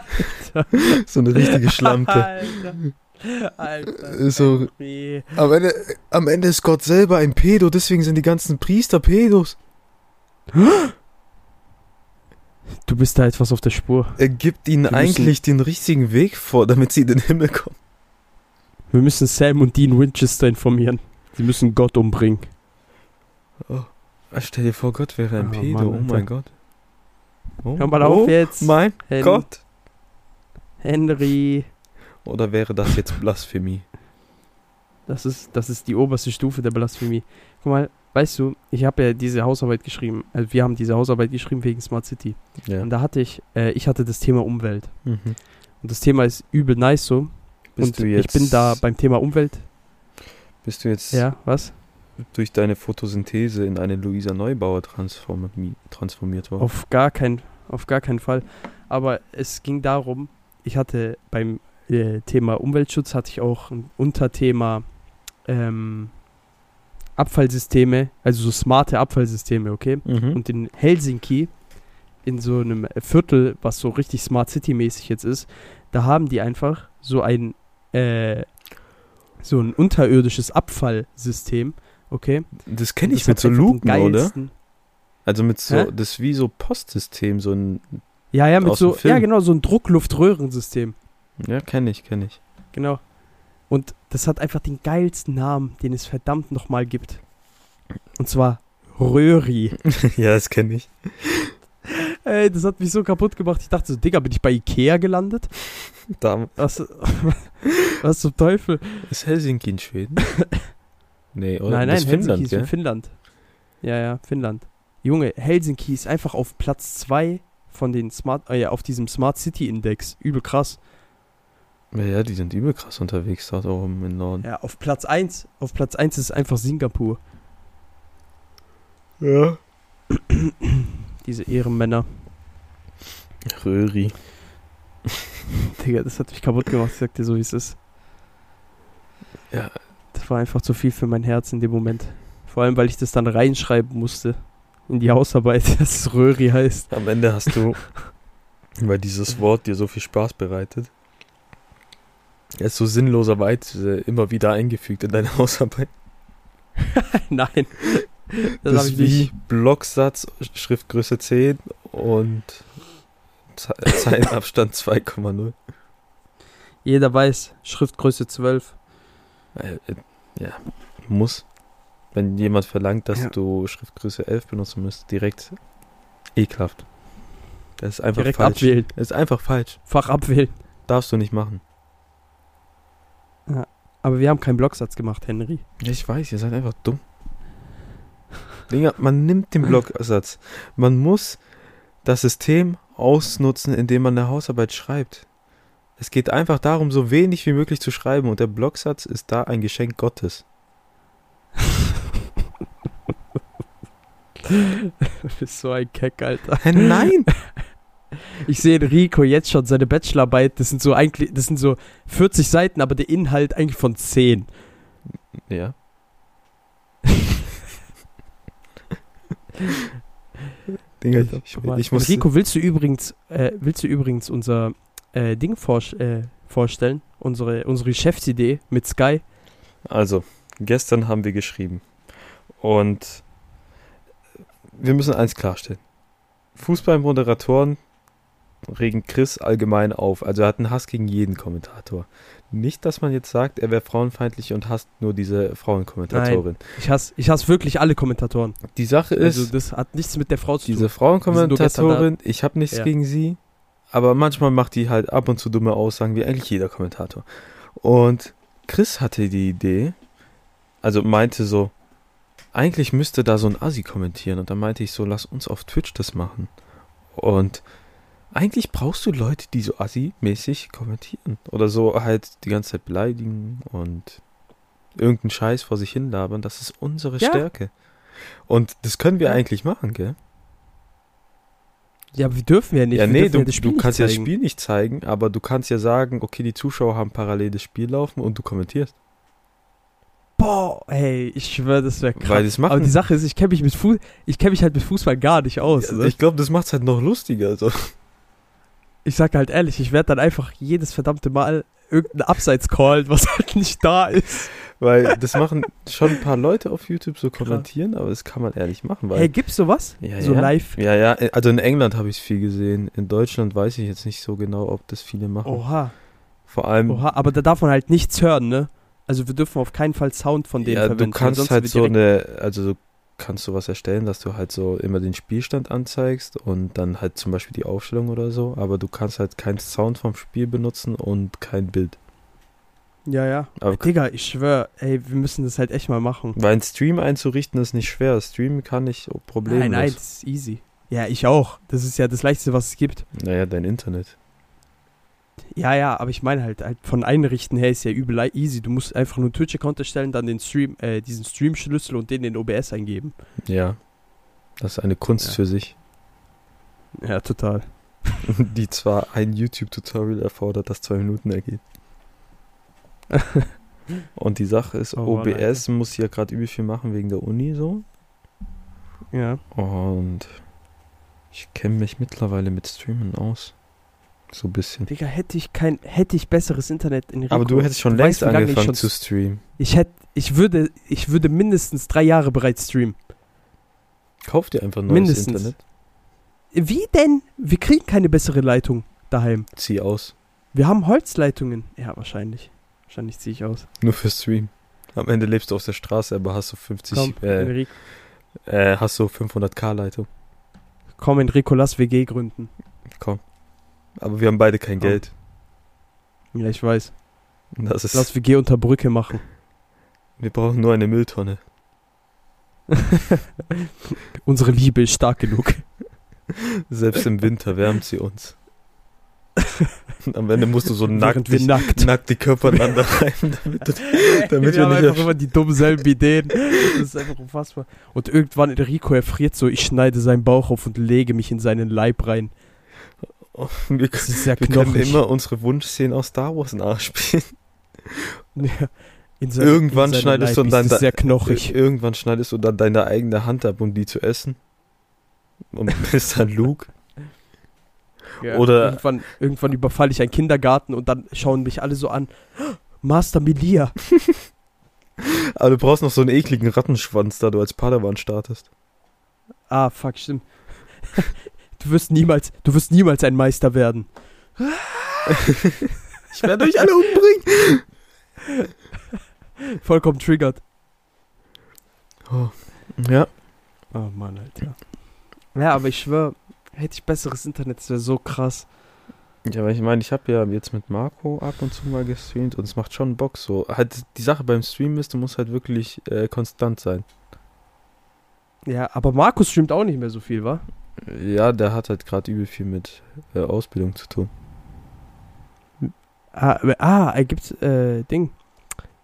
Speaker 4: <laughs> So eine richtige Schlampe.
Speaker 3: <laughs> Alter. Alter.
Speaker 4: Äh, so-
Speaker 3: Henry.
Speaker 4: <laughs> am, Ende, am Ende ist Gott selber ein Pedo, deswegen sind die ganzen Priester Pedos.
Speaker 3: Du bist da etwas auf der Spur.
Speaker 4: Er gibt ihnen
Speaker 3: müssen-
Speaker 4: eigentlich den richtigen Weg vor, damit sie in den Himmel kommen.
Speaker 3: Wir müssen Sam und Dean Winchester informieren. Sie müssen Gott umbringen.
Speaker 4: Ah, Stell dir vor, Gott wäre ein
Speaker 3: Oh,
Speaker 4: Pedo.
Speaker 3: Mann,
Speaker 4: oh
Speaker 3: Alter.
Speaker 4: mein Gott. Oh,
Speaker 3: Hör mal auf
Speaker 4: oh,
Speaker 3: jetzt. Ähm,
Speaker 4: Mein
Speaker 3: Hen-
Speaker 4: Gott.
Speaker 3: Henry.
Speaker 4: Oder wäre das jetzt Blasphemie?
Speaker 3: Das ist, das ist die oberste Stufe der Blasphemie. Guck mal, weißt du, ich habe ja diese Hausarbeit geschrieben. Also wir haben diese Hausarbeit geschrieben wegen Smart City.
Speaker 4: Ja.
Speaker 3: Und da hatte ich, äh, ich hatte das Thema Umwelt.
Speaker 4: Mhm.
Speaker 3: Und das Thema ist übel nice so.
Speaker 4: Bist
Speaker 3: und
Speaker 4: du jetzt,
Speaker 3: ich bin da beim Thema Umwelt.
Speaker 4: Bist du jetzt
Speaker 3: Ja, was?
Speaker 4: durch deine Photosynthese in eine Luisa Neubauer transformi transformiert worden?
Speaker 3: Auf gar keinen, auf gar keinen Fall. Aber es ging darum, ich hatte beim äh, Thema Umweltschutz hatte ich auch ein Unterthema ähm, Abfallsysteme, also so smarte Abfallsysteme, okay?
Speaker 4: Mhm.
Speaker 3: Und in Helsinki, in so einem Viertel, was so richtig Smart City-mäßig jetzt ist, da haben die einfach so ein, äh, so ein unterirdisches Abfallsystem, okay?
Speaker 4: das halt kenne
Speaker 3: Und
Speaker 4: ich
Speaker 3: das
Speaker 4: mit
Speaker 3: hat
Speaker 4: so
Speaker 3: einfach den
Speaker 4: Luken, oder?
Speaker 3: geilsten-
Speaker 4: Also mit so,
Speaker 3: Hä?
Speaker 4: das ist wie so Postsystem, so ein,
Speaker 3: Ja, ja, mit
Speaker 4: Aus dem
Speaker 3: so,
Speaker 4: Film.
Speaker 3: ja genau, so ein Druckluftröhrensystem,
Speaker 4: ja, kenne ich, kenne ich.
Speaker 3: genau. Und das hat einfach den geilsten Namen, den es verdammt nochmal gibt. Und zwar Röhri.
Speaker 4: <laughs> ja, das kenne ich.
Speaker 3: Ey, das hat mich so kaputt gemacht. Ich dachte so, Digga, bin ich bei Ikea gelandet?
Speaker 4: Da
Speaker 3: Was, <laughs> was zum Teufel?
Speaker 4: ist Helsinki in Schweden? <laughs> nee, oder?
Speaker 3: Nein, nein,
Speaker 4: das ist
Speaker 3: Helsinki
Speaker 4: Finnland,
Speaker 3: ist in
Speaker 4: gell?
Speaker 3: Finnland. Ja, ja, Finnland. Junge, Helsinki ist einfach auf Platz 2 von den Smart, äh, ja, auf diesem Smart City Index. Übel krass.
Speaker 4: Ja, ja, die sind übel krass unterwegs dort oben im Norden.
Speaker 3: Ja, auf Platz 1. Auf Platz 1 ist einfach Singapur.
Speaker 4: Ja.
Speaker 3: Diese Ehrenmänner.
Speaker 4: Röhri.
Speaker 3: Digga, das hat mich kaputt gemacht. Ich sag dir so, wie es ist.
Speaker 4: Ja.
Speaker 3: Das war einfach zu viel für mein Herz in dem Moment. Vor allem, weil ich das dann reinschreiben musste. In die Hausarbeit, <laughs> dass es Röhri heißt. <laughs>
Speaker 4: Am Ende hast du, <laughs> weil dieses Wort dir so viel Spaß bereitet, es so sinnloserweise immer wieder eingefügt in deine <laughs> Hausarbeit.
Speaker 3: Nein. Das,
Speaker 4: Das,
Speaker 3: hab ich
Speaker 4: ist wie
Speaker 3: nicht.
Speaker 4: Blocksatz, Schriftgröße 10 und
Speaker 3: <laughs>
Speaker 4: Ze- Zeilenabstand 2,0.
Speaker 3: Jeder weiß, Schriftgröße 12.
Speaker 4: Äh, äh, Ja, muss. Wenn jemand verlangt, dass
Speaker 3: Ja.
Speaker 4: du Schriftgröße 11 benutzen müsst, direkt ekelhaft. Das ist einfach
Speaker 3: Direkt
Speaker 4: falsch.
Speaker 3: abwählen.
Speaker 4: Das ist einfach falsch.
Speaker 3: Fach abwählen.
Speaker 4: Darfst du nicht machen.
Speaker 3: Aber wir haben keinen Blocksatz gemacht,
Speaker 4: <laughs>
Speaker 3: Henry.
Speaker 4: Ich weiß, ihr seid einfach dumm. Dinger, man nimmt den Blocksatz. Man muss das System ausnutzen, indem man eine Hausarbeit schreibt. Es geht einfach darum, so wenig wie möglich zu schreiben und der Blocksatz ist da ein Geschenk Gottes.
Speaker 3: Du bist so ein Keck, Alter.
Speaker 4: Hä, nein!
Speaker 3: Ich sehe in Rico jetzt schon seine Bachelorarbeit. Das sind so eigentlich, das sind so 40 Seiten, aber der Inhalt eigentlich von 10.
Speaker 4: Ja. Digga, ich, ich, ich muss.
Speaker 3: Rico, willst du übrigens, äh, willst du übrigens unser äh, Ding vorsch- äh, vorstellen? Unsere, unsere Geschäftsidee mit Sky?
Speaker 4: Also, gestern haben wir geschrieben. Und wir müssen eins klarstellen. Fußballmoderatoren regen Chris allgemein auf. Also er hat einen Hass gegen jeden Kommentator. Nicht, dass man jetzt sagt, er wäre frauenfeindlich und hasst nur diese Frauenkommentatorin.
Speaker 3: Ich hasse, ich hasse wirklich alle Kommentatoren.
Speaker 4: Die Sache ist,
Speaker 3: Also das hat nichts mit der Frau zu
Speaker 4: diese
Speaker 3: tun. Wir sind
Speaker 4: Frauenkommentatorin, ich habe nichts
Speaker 3: Ja.
Speaker 4: gegen sie, aber manchmal macht die halt ab und zu dumme Aussagen, wie eigentlich jeder Kommentator. Und Chris hatte die Idee, also meinte so, eigentlich müsste da so ein Assi kommentieren. Und dann meinte ich so, lass uns auf Twitch das machen. Und eigentlich brauchst du Leute, die so Assi-mäßig kommentieren. Oder so halt die ganze Zeit beleidigen und irgendeinen Scheiß vor sich hin labern. Das ist unsere
Speaker 3: Ja.
Speaker 4: Stärke. Und das können wir
Speaker 3: Ja.
Speaker 4: eigentlich machen, gell?
Speaker 3: Ja, aber wir dürfen ja nicht.
Speaker 4: ja,
Speaker 3: wir
Speaker 4: nee,
Speaker 3: dürfen
Speaker 4: du,
Speaker 3: das Spiel
Speaker 4: du
Speaker 3: nicht
Speaker 4: kannst ja das
Speaker 3: zeigen.
Speaker 4: Spiel nicht zeigen, aber du kannst ja sagen, okay, die Zuschauer haben parallel das Spiel laufen und du kommentierst.
Speaker 3: Boah, ey, ich schwöre, das wäre krass.
Speaker 4: Weil das machen-
Speaker 3: Aber die Sache ist, ich kenne mich mit Fuß, ich kenne mich halt mit Fußball gar nicht aus.
Speaker 4: Also
Speaker 3: ne?
Speaker 4: ich glaube, das macht's halt noch lustiger. So.
Speaker 3: Ich sag halt ehrlich, ich werde dann einfach jedes verdammte Mal irgendein Abseits callen, was halt nicht da ist.
Speaker 4: Weil das machen schon ein paar Leute auf YouTube so kommentieren, aber das kann man ehrlich machen. Weil,
Speaker 3: Hey, gibt's sowas?
Speaker 4: ja,
Speaker 3: so
Speaker 4: ja.
Speaker 3: live.
Speaker 4: Ja, ja, also in England habe ich viel gesehen. In Deutschland weiß ich jetzt nicht so genau, ob das viele machen.
Speaker 3: Oha,
Speaker 4: Vor allem,
Speaker 3: Oh. oha, aber da darf man halt nichts hören, ne? Also wir dürfen auf keinen Fall Sound von denen
Speaker 4: ja, du
Speaker 3: verwenden.
Speaker 4: kannst
Speaker 3: ansonsten
Speaker 4: halt
Speaker 3: wird
Speaker 4: so
Speaker 3: direkt-
Speaker 4: eine, also du kannst sowas erstellen, dass du halt so immer den Spielstand anzeigst und dann halt zum Beispiel die Aufstellung oder so, aber du kannst halt keinen Sound vom Spiel benutzen und kein Bild.
Speaker 3: Ja, ja.
Speaker 4: ne- Aber
Speaker 3: Digga, ich schwör, ey, wir müssen das halt echt mal machen.
Speaker 4: weil ein Stream einzurichten ist nicht schwer. Streamen kann ich problemlos.
Speaker 3: Nein, nein, das ist easy. Ja, ich auch. Das ist ja das Leichteste, was es gibt.
Speaker 4: Naja, dein Internet.
Speaker 3: Ja, ja, aber ich meine halt, halt von Einrichten her ist ja übel lei- easy. Du musst einfach nur einen Twitch-Account erstellen, dann den Stream, äh, diesen Stream-Schlüssel und den in OBS eingeben.
Speaker 4: Ja. Das ist eine Kunst
Speaker 3: Ja.
Speaker 4: für sich, <laughs>
Speaker 3: Ja, total.
Speaker 4: die zwar ein YouTube-Tutorial erfordert, das zwei
Speaker 3: <laughs>
Speaker 4: Minuten ergeht. Und die Sache ist,
Speaker 3: Oh Mann,
Speaker 4: OBS muss ja gerade übel viel machen wegen der Uni so.
Speaker 3: ja.
Speaker 4: Und ich kenne mich mittlerweile mit Streamen aus. So ein bisschen.
Speaker 3: Digga, hätte ich kein, hätte ich besseres Internet in Rico.
Speaker 4: Aber du hättest schon
Speaker 3: du
Speaker 4: längst
Speaker 3: weißt, wie lange ich
Speaker 4: angefangen
Speaker 3: schon-
Speaker 4: zu streamen.
Speaker 3: Ich hätte, ich würde, ich würde mindestens drei Jahre bereits streamen.
Speaker 4: Kauf dir einfach neues
Speaker 3: Mindestens.
Speaker 4: Internet.
Speaker 3: Wie denn? Wir kriegen keine bessere Leitung daheim.
Speaker 4: Zieh aus.
Speaker 3: Wir haben Holzleitungen. Ja, wahrscheinlich. Wahrscheinlich ziehe ich aus.
Speaker 4: Nur für Stream. Am Ende lebst du auf der Straße, aber hast so 50,
Speaker 3: Komm,
Speaker 4: äh,
Speaker 3: Enrico,
Speaker 4: äh, hast so 500k Leitung.
Speaker 3: komm, Enrico, lass WG gründen.
Speaker 4: Aber wir haben beide kein
Speaker 3: Komm.
Speaker 4: Geld.
Speaker 3: Ja, ich weiß.
Speaker 4: Und Das ist,
Speaker 3: Lass WG unter Brücke machen.
Speaker 4: wir brauchen nur eine Mülltonne.
Speaker 3: <laughs> Unsere Liebe ist stark genug.
Speaker 4: Selbst im Winter wärmt sie <laughs> uns. Und am Ende musst du so
Speaker 3: Während
Speaker 4: nackt,
Speaker 3: wir <laughs>
Speaker 4: dich,
Speaker 3: nackt.
Speaker 4: nackt die Körper <laughs> aneinander reiben, damit, du, damit
Speaker 3: wir
Speaker 4: wir
Speaker 3: haben
Speaker 4: nicht
Speaker 3: einfach immer die dummen selben Ideen. Das ist einfach unfassbar. Und irgendwann Enrico erfriert so, ich schneide seinen Bauch auf und lege mich in seinen Leib rein.
Speaker 4: Oh, wir,
Speaker 3: Das ist sehr
Speaker 4: wir können
Speaker 3: knochig.
Speaker 4: immer unsere Wunschszenen aus Star Wars nachspielen.
Speaker 3: Ja, in seinen-
Speaker 4: Irgendwann
Speaker 3: in seinen
Speaker 4: schneidest du
Speaker 3: Leib
Speaker 4: dann
Speaker 3: ist
Speaker 4: da-
Speaker 3: es sehr knochig.
Speaker 4: Irgendwann schneidest du dann deine eigene Hand ab, um die zu essen. Und <laughs> bist dann Luke.
Speaker 3: Ja.
Speaker 4: oder-
Speaker 3: irgendwann, irgendwann überfalle ich einen Kindergarten und dann schauen mich alle so an. <gasps> Master Melia.
Speaker 4: Aber du brauchst noch so einen ekligen Rattenschwanz, da du als Padawan startest.
Speaker 3: Ah, fuck, stimmt. <laughs> Du wirst niemals, du wirst niemals ein Meister werden.
Speaker 4: Ich werde euch alle umbringen.
Speaker 3: Vollkommen triggert.
Speaker 4: Ja.
Speaker 3: Oh Mann, Alter. Ja, aber ich schwöre, hätte ich besseres Internet, das wäre so krass.
Speaker 4: Ja, weil ich meine, ich habe ja jetzt mit Marco ab und zu mal gestreamt und es macht schon Bock so. Halt, die Sache beim Streamen ist, du musst halt wirklich äh, konstant sein.
Speaker 3: Ja, aber Markus streamt auch nicht mehr so viel, wa?
Speaker 4: Ja, der hat halt gerade übel viel mit äh, Ausbildung zu tun.
Speaker 3: Ah, aber- ah er gibt äh, Ding.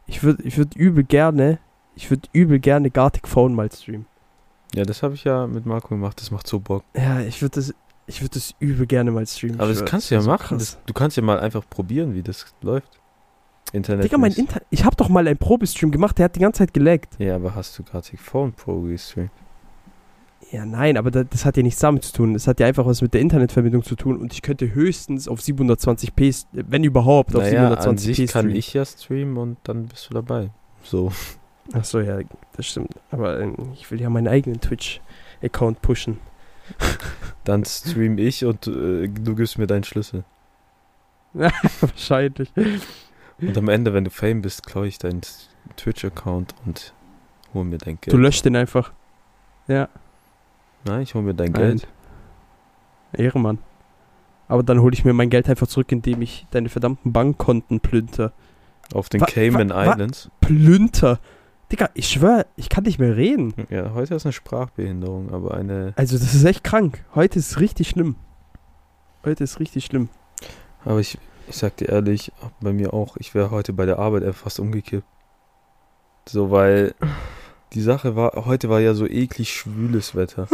Speaker 3: Ich würde ich würd übel gerne, ich würde übel gerne Gartic Phone mal streamen.
Speaker 4: Ja, das habe ich ja mit Marco gemacht. Das macht so Bock.
Speaker 3: Ja, ich würde das, ich würde das übel gerne mal streamen.
Speaker 4: Aber
Speaker 3: ich
Speaker 4: das
Speaker 3: schwör,
Speaker 4: kannst du ja
Speaker 3: wär so
Speaker 4: machen.
Speaker 3: krass.
Speaker 4: Das, du kannst ja mal einfach probieren, wie das läuft. Internet.
Speaker 3: Digga, mein Internet. Ich habe doch mal einen Probestream gemacht, der hat die ganze Zeit gelaggt.
Speaker 4: Ja, aber hast du gerade die Phone Pro gestreamt?
Speaker 3: Ja, nein, aber das, das hat ja nichts damit zu tun. Das hat ja einfach was mit der Internetverbindung zu tun und ich könnte höchstens auf 720p, st- wenn überhaupt, auf
Speaker 4: Naja, an
Speaker 3: 720p
Speaker 4: sich kann
Speaker 3: streamen.
Speaker 4: ich ja streamen und dann bist du dabei. So. <laughs>
Speaker 3: Ach so, ja, das stimmt. Aber ähm, ich will ja meinen eigenen Twitch-Account pushen.
Speaker 4: Dann stream ich und äh, du gibst mir deinen Schlüssel.
Speaker 3: <laughs> Wahrscheinlich.
Speaker 4: Und am Ende, wenn du Fame bist, klaue ich deinen S- Twitch-Account und hol mir dein Geld.
Speaker 3: Du löscht den einfach. Ja,
Speaker 4: Nein, ich hol mir dein
Speaker 3: Nein.
Speaker 4: Geld.
Speaker 3: Ehrenmann. Aber dann hole ich mir mein Geld einfach zurück, indem ich deine verdammten Bankkonten plünter.
Speaker 4: Auf den
Speaker 3: Wa- wa-
Speaker 4: Cayman
Speaker 3: wa-
Speaker 4: Islands.
Speaker 3: Plünter! Digga, ich schwör, ich kann nicht mehr reden.
Speaker 4: Ja, heute ist eine Sprachbehinderung, aber eine.
Speaker 3: Also, das ist echt krank. Heute ist richtig schlimm. Heute ist richtig schlimm.
Speaker 4: Aber ich, ich sag dir ehrlich, bei mir auch, ich wäre heute bei der Arbeit einfach fast umgekippt. So, <clears throat> weil die Sache war, heute war ja so eklig schwüles <clears throat> Wetter.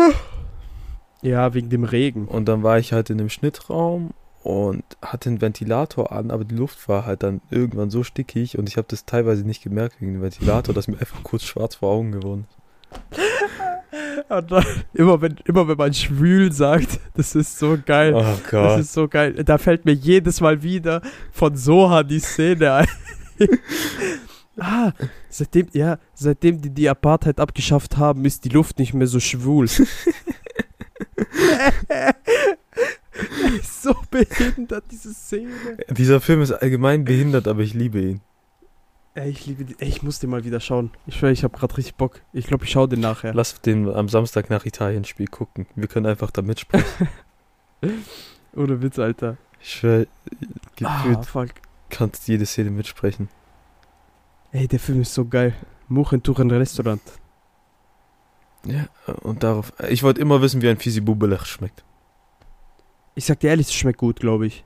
Speaker 3: Ja, wegen dem Regen.
Speaker 4: Und dann war ich halt in einem Schnittraum und hatte einen Ventilator an, aber die Luft war halt dann irgendwann so stickig und ich habe das teilweise nicht gemerkt wegen dem Ventilator, dass mir einfach kurz schwarz vor Augen geworden ist.
Speaker 3: <laughs> immer, wenn, immer wenn man schwül sagt, <laughs> das ist so geil.
Speaker 4: Oh
Speaker 3: Das ist so geil. Da fällt mir jedes Mal wieder von Soha die Szene ein. ah, seitdem, ja, seitdem die die Apartheid abgeschafft haben, ist die Luft nicht mehr so schwul. <laughs> so behindert, diese Szene.
Speaker 4: Dieser Film ist allgemein behindert, aber ich liebe ihn.
Speaker 3: Ey, ich liebe die. Ey, ich muss den mal wieder schauen. Ich schwöre, ich habe gerade richtig Bock. Ich glaube, ich schaue den nachher.
Speaker 4: Lass den am Samstag nach Italien-Spiel gucken. Wir können einfach da mitsprechen.
Speaker 3: Ohne Witz, Alter.
Speaker 4: Ich schwör,
Speaker 3: Ah,
Speaker 4: gefühlt
Speaker 3: fuck.
Speaker 4: kannst jede Szene mitsprechen.
Speaker 3: Ey, der Film ist so geil. Muchentuchen Restaurant.
Speaker 4: Ja, und darauf. Ich wollte immer wissen, wie ein Fisi Bubelach schmeckt.
Speaker 3: Ich sag dir ehrlich, es schmeckt gut, glaube ich.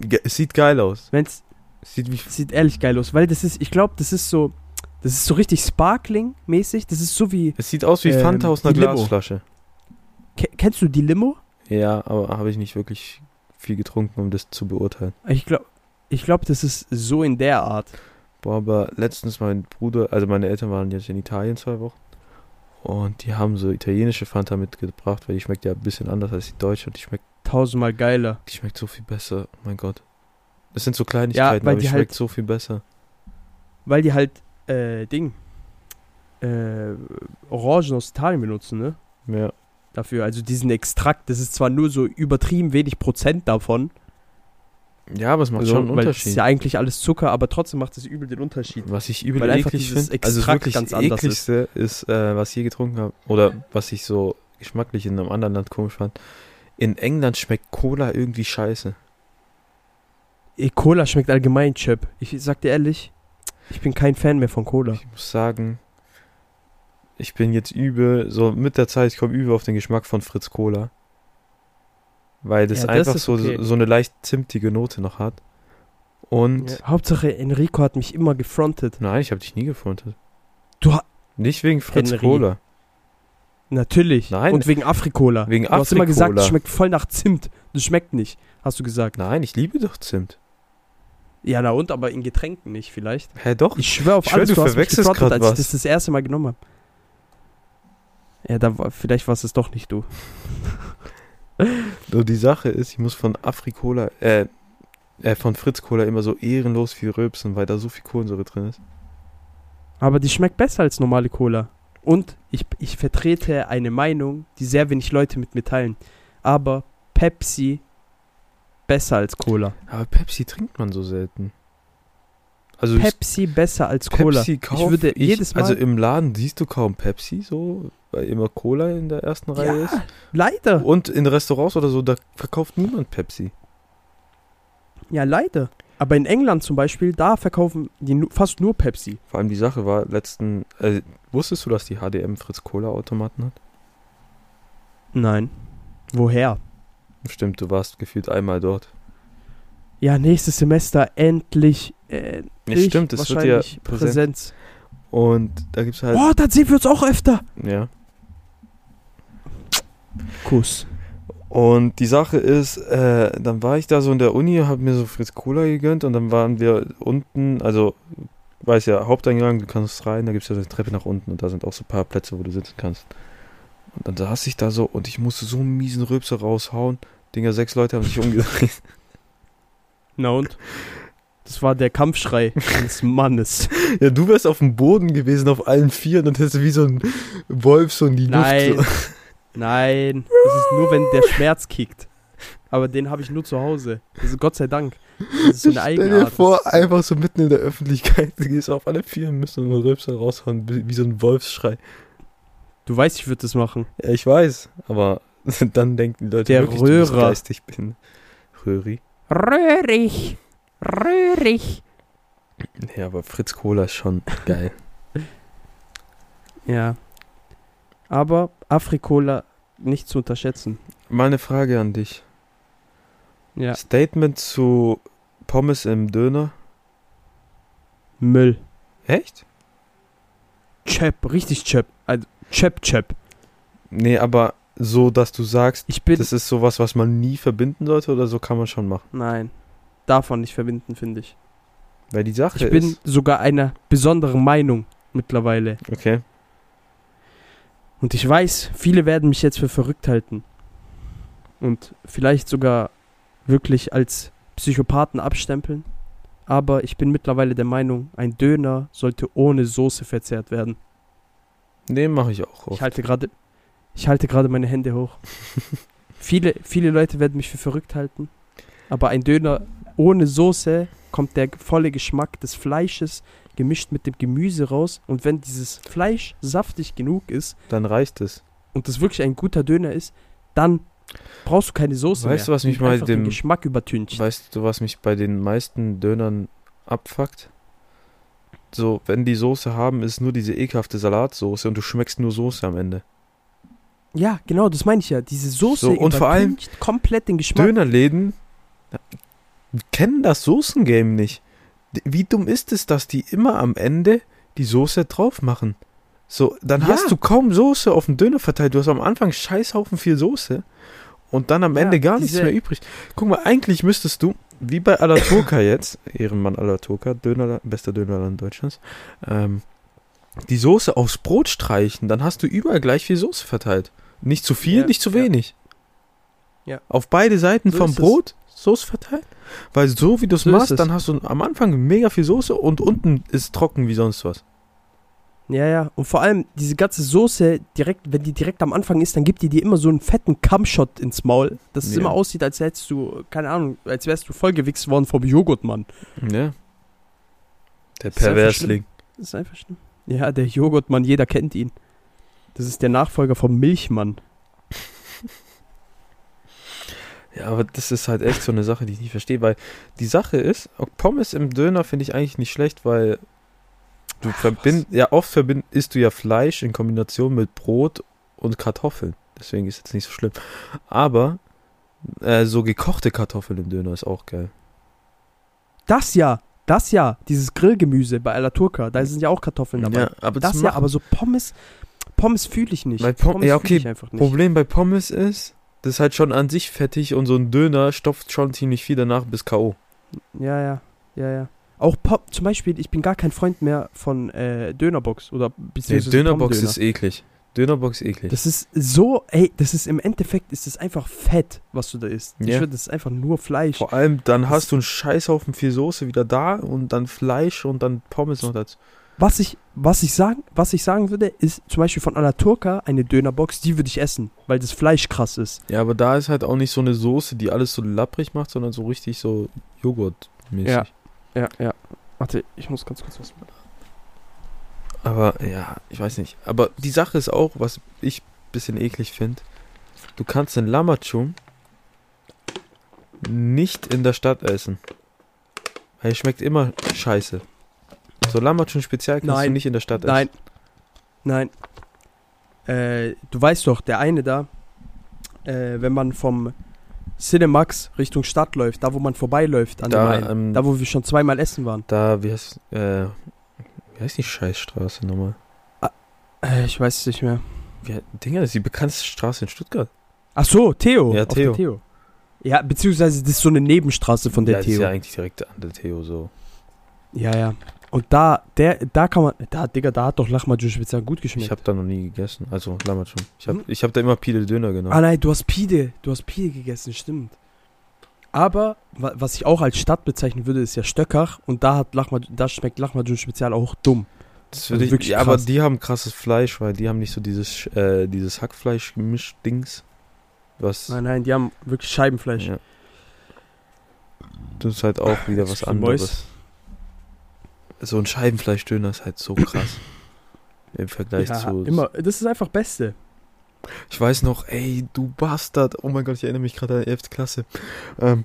Speaker 4: Ge es sieht geil aus.
Speaker 3: Wenn's,
Speaker 4: Es sieht wie.
Speaker 3: sieht ehrlich geil aus, weil das ist, ich glaube, das ist so, das ist so richtig Sparkling-mäßig. Das ist so wie,
Speaker 4: Es sieht aus wie
Speaker 3: Ähm,
Speaker 4: Fanta aus einer
Speaker 3: die Limo.
Speaker 4: Glasflasche.
Speaker 3: ke- kennst du die Limo?
Speaker 4: Ja, aber habe ich nicht wirklich viel getrunken, um das zu beurteilen.
Speaker 3: Ich glaube, ich glaube, das ist so in der Art.
Speaker 4: Boah, aber letztens mein Bruder, also meine Eltern waren jetzt in Italien zwei Wochen. Und die haben so italienische Fanta mitgebracht, weil die schmeckt ja ein bisschen anders als die deutsche. Und die schmeckt,
Speaker 3: Tausendmal geiler.
Speaker 4: die schmeckt so viel besser. Oh mein Gott. Das sind so Kleinigkeiten,
Speaker 3: weil
Speaker 4: aber die
Speaker 3: die
Speaker 4: schmeckt
Speaker 3: halt-
Speaker 4: so viel besser.
Speaker 3: Weil die halt, äh, Ding, äh, Orangen aus Italien benutzen, ne?
Speaker 4: Ja.
Speaker 3: Dafür, also diesen Extrakt, das ist zwar nur so übertrieben wenig Prozent davon.
Speaker 4: Ja, aber es macht
Speaker 3: also,
Speaker 4: schon einen
Speaker 3: weil das
Speaker 4: Unterschied.
Speaker 3: ist ja eigentlich alles Zucker, aber trotzdem macht es übel den Unterschied.
Speaker 4: Was ich übel
Speaker 3: Weil einfach
Speaker 4: eklig
Speaker 3: dieses
Speaker 4: finde, also das
Speaker 3: Extrakt
Speaker 4: wirklich
Speaker 3: ganz anders
Speaker 4: ekligste ist, äh, was ich je getrunken habe oder was ich so geschmacklich in einem anderen Land komisch fand. In England schmeckt Cola irgendwie scheiße.
Speaker 3: Eh, Cola schmeckt allgemein Chip. Ich sag dir ehrlich, ich bin kein Fan mehr von Cola.
Speaker 4: Ich muss sagen, ich bin jetzt übel, so mit der Zeit, ich komme übel auf den Geschmack von Fritz Cola. Weil das
Speaker 3: Ja, das
Speaker 4: einfach
Speaker 3: ist
Speaker 4: so,
Speaker 3: okay.
Speaker 4: so eine leicht zimtige Note noch hat. Und,
Speaker 3: Ja. Hauptsache Enrico hat mich immer gefrontet.
Speaker 4: nein, ich habe dich nie gefrontet.
Speaker 3: Du ha-
Speaker 4: Nicht wegen Fritz
Speaker 3: Henry.
Speaker 4: Cola.
Speaker 3: Natürlich.
Speaker 4: Nein.
Speaker 3: Und wegen Afrikola.
Speaker 4: Wegen
Speaker 3: du hast immer gesagt,
Speaker 4: Afrikola.
Speaker 3: es schmeckt voll nach Zimt. Das schmeckt nicht, hast du gesagt.
Speaker 4: Nein, ich liebe doch Zimt.
Speaker 3: Ja, na und, aber in Getränken nicht vielleicht.
Speaker 4: Hä, doch?
Speaker 3: Ich schwöre auf
Speaker 4: Ich schwör,
Speaker 3: alles,
Speaker 4: du
Speaker 3: hast mich
Speaker 4: verwechselst
Speaker 3: gefrontet,
Speaker 4: grad
Speaker 3: als
Speaker 4: was.
Speaker 3: ich das das erste Mal genommen habe. Ja, da war, vielleicht war es doch nicht du.
Speaker 4: Nur die Sache ist, ich muss von Afrikola, äh, äh, von Fritz Cola immer so ehrenlos viel rülpsen, weil da so viel Kohlensäure drin ist.
Speaker 3: Aber die schmeckt besser als normale Cola. Und ich, ich vertrete eine Meinung, die sehr wenig Leute mit mir teilen. Aber Pepsi besser als Cola.
Speaker 4: Aber Pepsi trinkt man so selten. Also ich-
Speaker 3: Pepsi besser als Cola.
Speaker 4: Pepsi kauf
Speaker 3: ich würde jedes Mal.
Speaker 4: Also im Laden siehst du kaum Pepsi so, weil immer Cola in der ersten Reihe ist.
Speaker 3: leider.
Speaker 4: Und in Restaurants oder so, da verkauft niemand Pepsi.
Speaker 3: Ja, leider. Aber in England zum Beispiel, da verkaufen die nu fast nur Pepsi.
Speaker 4: Vor allem die Sache war letzten, äh, wusstest du, dass die HDM Fritz Cola Automaten hat?
Speaker 3: Nein. Woher?
Speaker 4: Stimmt, du warst gefühlt einmal dort.
Speaker 3: Ja, nächstes Semester endlich. Äh,
Speaker 4: Ja,
Speaker 3: ich
Speaker 4: stimmt, es wird ja
Speaker 3: wahrscheinlich
Speaker 4: präsent.
Speaker 3: Präsenz.
Speaker 4: Und da gibt's halt,
Speaker 3: Oh, dann sehen wir uns auch öfter.
Speaker 4: ja.
Speaker 3: Kuss.
Speaker 4: Und die Sache ist, äh, dann war ich da so in der Uni, hab mir so Fritz Cola gegönnt und dann waren wir unten, also weiß ja, Haupteingang, du kannst rein, da gibt's ja so eine Treppe nach unten und da sind auch so ein paar Plätze, wo du sitzen kannst. Und dann saß ich da so und ich musste so einen miesen Rülpser raushauen. Dinger, sechs Leute haben sich umgedreht.
Speaker 3: Na und? Das war der Kampfschrei
Speaker 4: <laughs>
Speaker 3: eines Mannes.
Speaker 4: <laughs> ja, du wärst auf dem Boden gewesen, auf allen Vieren und hättest wie so ein Wolf so in die <laughs>
Speaker 3: Nein.
Speaker 4: Luft.
Speaker 3: Nein, das ist nur, wenn der Schmerz kickt. Aber den habe ich nur zu Hause. Also Gott sei Dank. Das ist so
Speaker 4: So.
Speaker 3: eine
Speaker 4: Stell
Speaker 3: Eigenart.
Speaker 4: dir vor,
Speaker 3: Das-
Speaker 4: einfach so mitten in der Öffentlichkeit, <laughs> du gehst auf alle Vieren, müssen einen Rülpser raushauen, wie wie so ein Wolfsschrei.
Speaker 3: Du weißt, ich würde das machen.
Speaker 4: Ja, ich weiß, aber <laughs> dann denken die Leute,
Speaker 3: Der
Speaker 4: wirklich, du bist
Speaker 3: Röhrer.
Speaker 4: geistig bin. Röhri?
Speaker 3: Röhrig. Röhrig.
Speaker 4: Nee, aber Fritz Cola ist <laughs> schon geil.
Speaker 3: Ja. Aber Afrikola nicht zu unterschätzen.
Speaker 4: Mal eine Frage an dich.
Speaker 3: Ja.
Speaker 4: Statement zu Pommes im Döner?
Speaker 3: Müll.
Speaker 4: Echt?
Speaker 3: Chap, richtig Chap. Also Chap, Chap.
Speaker 4: Nee, aber so, dass du sagst,
Speaker 3: Ich bin.
Speaker 4: das ist sowas, was man nie verbinden sollte oder so kann man schon machen.
Speaker 3: Nein. Davon nicht verbinden, finde ich.
Speaker 4: Weil die Sache
Speaker 3: Ich bin
Speaker 4: ist.
Speaker 3: sogar einer besonderen Meinung mittlerweile.
Speaker 4: Okay.
Speaker 3: Und ich weiß, viele werden mich jetzt für verrückt halten. Und vielleicht sogar wirklich als Psychopathen abstempeln. Aber ich bin mittlerweile der Meinung, ein Döner sollte ohne Soße verzehrt werden.
Speaker 4: Nee, mache ich halt auch.
Speaker 3: Ich halte gerade ich halte gerade meine Hände
Speaker 4: <laughs>
Speaker 3: hoch. viele viele Leute werden mich für verrückt halten, aber ein Döner ohne Soße kommt der volle Geschmack des Fleisches gemischt mit dem Gemüse raus und wenn dieses Fleisch saftig genug ist
Speaker 4: Dann reicht es.
Speaker 3: und das wirklich ein guter Döner ist, dann brauchst du keine Soße mehr.
Speaker 4: Weißt du, was
Speaker 3: Die
Speaker 4: mich mal
Speaker 3: einfach den
Speaker 4: dem-
Speaker 3: Geschmack übertüncht.
Speaker 4: Weißt du, was mich bei den meisten Dönern abfuckt? So, wenn die Soße haben, ist nur diese ekelhafte Salatsoße und du schmeckst nur Soße am Ende.
Speaker 3: Ja, genau, das meine ich ja. Diese Soße
Speaker 4: So, und vor allem
Speaker 3: übertüncht komplett den Geschmack.
Speaker 4: Dönerläden kennen das Soßengame nicht. D- Wie dumm ist es, dass die immer am Ende die Soße drauf machen? So, dann
Speaker 3: Ja.
Speaker 4: hast du kaum Soße auf dem Döner verteilt. Du hast am Anfang Scheißhaufen viel Soße und dann am
Speaker 3: Ja,
Speaker 4: Ende gar nichts
Speaker 3: diese-
Speaker 4: mehr übrig. Guck mal, eigentlich müsstest du, wie bei Alaturka jetzt, Ehrenmann Alaturka, Döner, bester Dönerland Deutschlands, ähm, die Soße aufs Brot streichen, dann hast du überall gleich viel Soße verteilt. Nicht zu viel,
Speaker 3: Ja,
Speaker 4: nicht zu
Speaker 3: ja.
Speaker 4: wenig.
Speaker 3: Ja.
Speaker 4: Auf beide Seiten
Speaker 3: So
Speaker 4: vom
Speaker 3: ist es.
Speaker 4: Brot Soße verteilt. Weil so wie du es
Speaker 3: So ist
Speaker 4: machst,
Speaker 3: es.
Speaker 4: dann hast du am Anfang mega viel Soße und unten ist trocken wie sonst was.
Speaker 3: Ja, ja. Und vor allem diese ganze Soße, direkt, wenn die direkt am Anfang ist, dann gibt die dir immer so einen fetten Kammshot ins Maul, dass es
Speaker 4: Ja.
Speaker 3: immer aussieht, als hättest du, keine Ahnung, als wärst du vollgewichst worden vom Joghurtmann.
Speaker 4: Ja. Der
Speaker 3: Ist ja
Speaker 4: Perversling.
Speaker 3: Das ist einfach schlimm. Ja, der Joghurtmann, jeder kennt ihn. Das ist der Nachfolger vom Milchmann.
Speaker 4: Ja, aber das ist halt echt so eine Sache, die ich nicht verstehe, weil die Sache ist, auch Pommes im Döner finde ich eigentlich nicht schlecht, weil du verbind, ja oft verbind, isst du ja Fleisch in Kombination mit Brot und Kartoffeln. Deswegen ist jetzt nicht so schlimm. Aber äh, so gekochte Kartoffeln im Döner ist auch geil.
Speaker 3: Das ja, das ja, dieses Grillgemüse bei Alaturka, da sind ja auch Kartoffeln dabei.
Speaker 4: Ja, aber
Speaker 3: das ja,
Speaker 4: macht-
Speaker 3: aber so Pommes, Pommes fühle ich nicht.
Speaker 4: Weil Pom-
Speaker 3: Pommes
Speaker 4: ja,
Speaker 3: fühl
Speaker 4: okay,
Speaker 3: ich einfach nicht.
Speaker 4: Problem bei Pommes ist, das ist halt schon an sich fettig und so ein Döner stopft schon ziemlich viel danach bis K.O.
Speaker 3: Ja, ja, ja, ja. Auch Pop, zum Beispiel, ich bin gar kein Freund mehr von äh, Dönerbox oder
Speaker 4: Nee,
Speaker 3: beziehungsweise
Speaker 4: Dönerbox
Speaker 3: Pommdöner.
Speaker 4: ist eklig. Dönerbox ist eklig.
Speaker 3: Das ist so, ey, das ist im Endeffekt, ist das einfach Fett, was du da isst. Ich
Speaker 4: Ja.
Speaker 3: würde, das ist einfach nur Fleisch.
Speaker 4: Vor allem, dann
Speaker 3: Das-
Speaker 4: hast du einen Scheißhaufen viel Soße wieder da und dann Fleisch und dann Pommes noch dazu.
Speaker 3: Was ich, was ich sagen, was ich sagen würde, ist zum Beispiel von Alaturka eine Dönerbox, die würde ich essen, weil das Fleisch krass ist.
Speaker 4: Ja, aber da ist halt auch nicht so eine Soße, die alles so lapprig macht, sondern so richtig so Joghurtmäßig.
Speaker 3: Ja. Ja, ja. Warte, ich muss ganz kurz was machen.
Speaker 4: Aber ja, ich weiß nicht. Aber die Sache ist auch, was ich ein bisschen eklig finde. Du kannst den Lamachum nicht in der Stadt essen. Weil er schmeckt immer scheiße. So Lamachum speziell kannst
Speaker 3: Nein.
Speaker 4: du nicht in der Stadt
Speaker 3: Nein.
Speaker 4: essen.
Speaker 3: Nein. Äh, du weißt doch, der eine da, äh, wenn man vom Cinemax Richtung Stadt läuft, da wo man vorbeiläuft an
Speaker 4: Da,
Speaker 3: dem einen,
Speaker 4: ähm,
Speaker 3: da wo wir schon zweimal essen waren.
Speaker 4: Da, wie heißt, äh, wie heißt die Scheißstraße nochmal?
Speaker 3: Äh, ich weiß es nicht mehr.
Speaker 4: Wie, Dinger, das ist die bekannteste Straße in Stuttgart.
Speaker 3: Ach so, Theo.
Speaker 4: Ja,
Speaker 3: auf der
Speaker 4: Theo.
Speaker 3: Theo. Ja, beziehungsweise das ist so eine Nebenstraße von der
Speaker 4: ja, das
Speaker 3: Theo.
Speaker 4: ist ja eigentlich direkt an der Theo so.
Speaker 3: Ja, ja. Und da, der, da kann man, da, Digga, da hat doch Lachmajus-Pizza gut geschmeckt.
Speaker 4: Ich habe da noch nie gegessen. Also, Lammert schon. Ich habe
Speaker 3: Hm?
Speaker 4: ich hab da immer Pide Döner
Speaker 3: Ah
Speaker 4: genommen.
Speaker 3: nein, du hast Pide, du hast Pide gegessen, stimmt. Aber wa- was ich auch als Stadt bezeichnen würde, ist ja Stöckach und da hat Lachmad, da schmeckt Lachmajun Spezial auch dumm.
Speaker 4: Das würde ich,
Speaker 3: Also wirklich
Speaker 4: ja, aber
Speaker 3: krass.
Speaker 4: die haben krasses Fleisch, weil die haben nicht so dieses, äh, dieses Hackfleisch-Mischdings. Was.
Speaker 3: Nein, nein, die haben wirklich Scheibenfleisch.
Speaker 4: Ja. Das ist halt auch wieder was
Speaker 3: für Mäus.
Speaker 4: anderes. So ein Scheibenfleischdöner ist halt
Speaker 3: <laughs>
Speaker 4: so krass. Im Vergleich
Speaker 3: Ja,
Speaker 4: zu.
Speaker 3: immer, das ist einfach Beste.
Speaker 4: Ich weiß noch, ey, du Bastard. Oh mein Gott, ich erinnere mich gerade an die 11. Klasse. Ähm,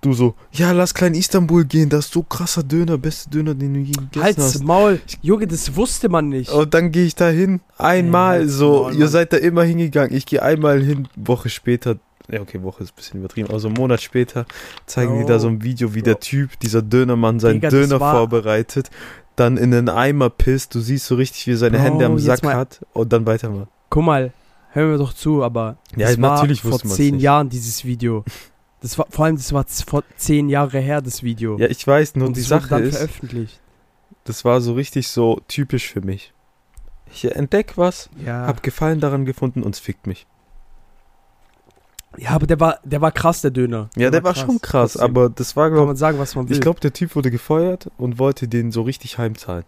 Speaker 4: du so, ja, lass klein Istanbul gehen. Das ist so krasser Döner, beste Döner, den du je gegessen
Speaker 3: Halt's
Speaker 4: hast.
Speaker 3: Maul, Junge, das wusste man nicht.
Speaker 4: Und dann gehe ich da hin. Einmal
Speaker 3: Ey,
Speaker 4: so.
Speaker 3: Maul,
Speaker 4: ihr
Speaker 3: Mann.
Speaker 4: seid da immer hingegangen. Ich gehe einmal hin, Woche später. Ja, okay, Woche ist ein bisschen übertrieben. Also einen Monat später zeigen die da
Speaker 3: Bro.
Speaker 4: so ein Video, wie
Speaker 3: Bro.
Speaker 4: der Typ, dieser Dönermann, seinen
Speaker 3: Digga, das
Speaker 4: Döner
Speaker 3: war-
Speaker 4: vorbereitet, dann in einen Eimer pisst. Du siehst so richtig, wie er seine
Speaker 3: Bro,
Speaker 4: Hände am
Speaker 3: jetzt
Speaker 4: Sack
Speaker 3: mal-
Speaker 4: hat und dann weitermacht.
Speaker 3: Guck mal, hören wir doch zu, aber
Speaker 4: Ja,
Speaker 3: das war
Speaker 4: natürlich
Speaker 3: vor
Speaker 4: wusste man's
Speaker 3: zehn
Speaker 4: nicht.
Speaker 3: Jahren dieses Video. Das war, vor allem, das war z- vor zehn Jahre her, das Video.
Speaker 4: Ja, ich weiß, nur
Speaker 3: und
Speaker 4: die
Speaker 3: das wurde
Speaker 4: Sache
Speaker 3: dann
Speaker 4: ist,
Speaker 3: veröffentlicht.
Speaker 4: das war so richtig so typisch für mich. Ich entdeck was,
Speaker 3: Ja.
Speaker 4: hab Gefallen daran gefunden und es fickt mich.
Speaker 3: ja, aber der war, der war krass, der Döner.
Speaker 4: Ja, der, war, schon krass,
Speaker 3: Trotzdem.
Speaker 4: aber das war,
Speaker 3: Kann
Speaker 4: glaube
Speaker 3: man sagen, was man will.
Speaker 4: ich, glaube, der Typ wurde gefeuert und wollte den so richtig heimzahlen.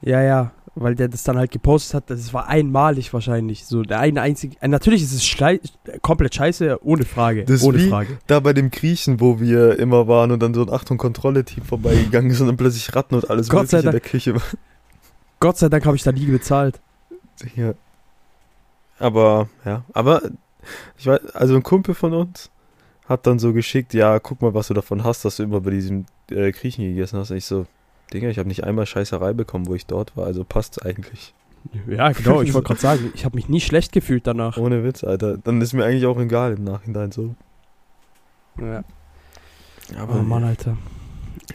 Speaker 3: ja, ja, weil der das dann halt gepostet hat. Das war einmalig wahrscheinlich. So der eine einzige. äh, Natürlich ist es schlei komplett scheiße, ohne Frage.
Speaker 4: Das
Speaker 3: ohne
Speaker 4: wie-
Speaker 3: Frage.
Speaker 4: Da bei dem Griechen, wo wir immer waren und dann so ein Achtung-Kontrolle-Team vorbeigegangen ist und dann plötzlich Ratten und alles
Speaker 3: Gott sei
Speaker 4: Mögliche in der Küche war. <laughs>
Speaker 3: Gott sei Dank habe ich da nie bezahlt.
Speaker 4: Ja. Aber, ja, aber ich weiß, also ein Kumpel von uns hat dann so geschickt, ja, guck mal, was du davon hast, dass du immer bei diesem äh, Griechen gegessen hast. Und ich so, Digga, ich habe nicht einmal Scheißerei bekommen, wo ich dort war, also passt eigentlich.
Speaker 3: Ja, genau. Ich wollte gerade sagen, ich habe mich nie schlecht gefühlt danach.
Speaker 4: Ohne Witz, Alter. Dann ist mir eigentlich auch egal im Nachhinein so.
Speaker 3: Ja.
Speaker 4: Aber
Speaker 3: Oh Mann, Alter.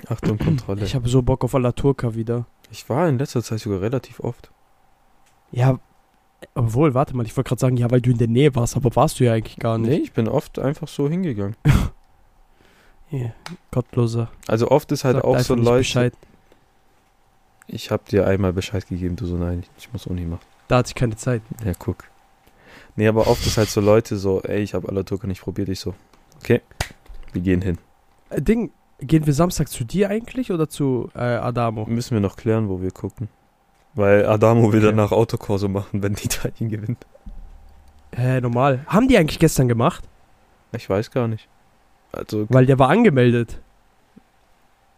Speaker 4: Achtung, Kontrolle.
Speaker 3: Ich habe so Bock auf Alla Turca wieder.
Speaker 4: Ich war in letzter Zeit sogar relativ oft.
Speaker 3: Ja, obwohl, warte mal, ich wollte gerade sagen, ja, weil du in der Nähe warst, aber warst du ja eigentlich gar
Speaker 4: Nee,
Speaker 3: nicht.
Speaker 4: ich bin oft einfach so hingegangen.
Speaker 3: Ja, Gottloser.
Speaker 4: Also oft ist halt
Speaker 3: Sagt
Speaker 4: auch
Speaker 3: einfach
Speaker 4: so
Speaker 3: nicht
Speaker 4: Leute.
Speaker 3: Bescheid.
Speaker 4: Ich hab dir einmal Bescheid gegeben, du so, nein, ich muss Uni machen.
Speaker 3: Da hatte ich keine Zeit.
Speaker 4: Ja, guck. Nee, aber oft ist halt so Leute so, ey, ich habe Alaturka nicht probiert. Ich so, okay, wir gehen hin.
Speaker 3: Äh, Ding, gehen wir Samstag zu dir eigentlich oder zu äh, Adamo?
Speaker 4: Müssen wir noch klären, wo wir gucken. Weil Adamo will
Speaker 3: Okay.
Speaker 4: danach Autokorso machen, wenn die <laughs> Italien gewinnt.
Speaker 3: Hä, normal. Haben die eigentlich gestern gemacht?
Speaker 4: Ich weiß gar nicht. Also,
Speaker 3: Weil der war angemeldet.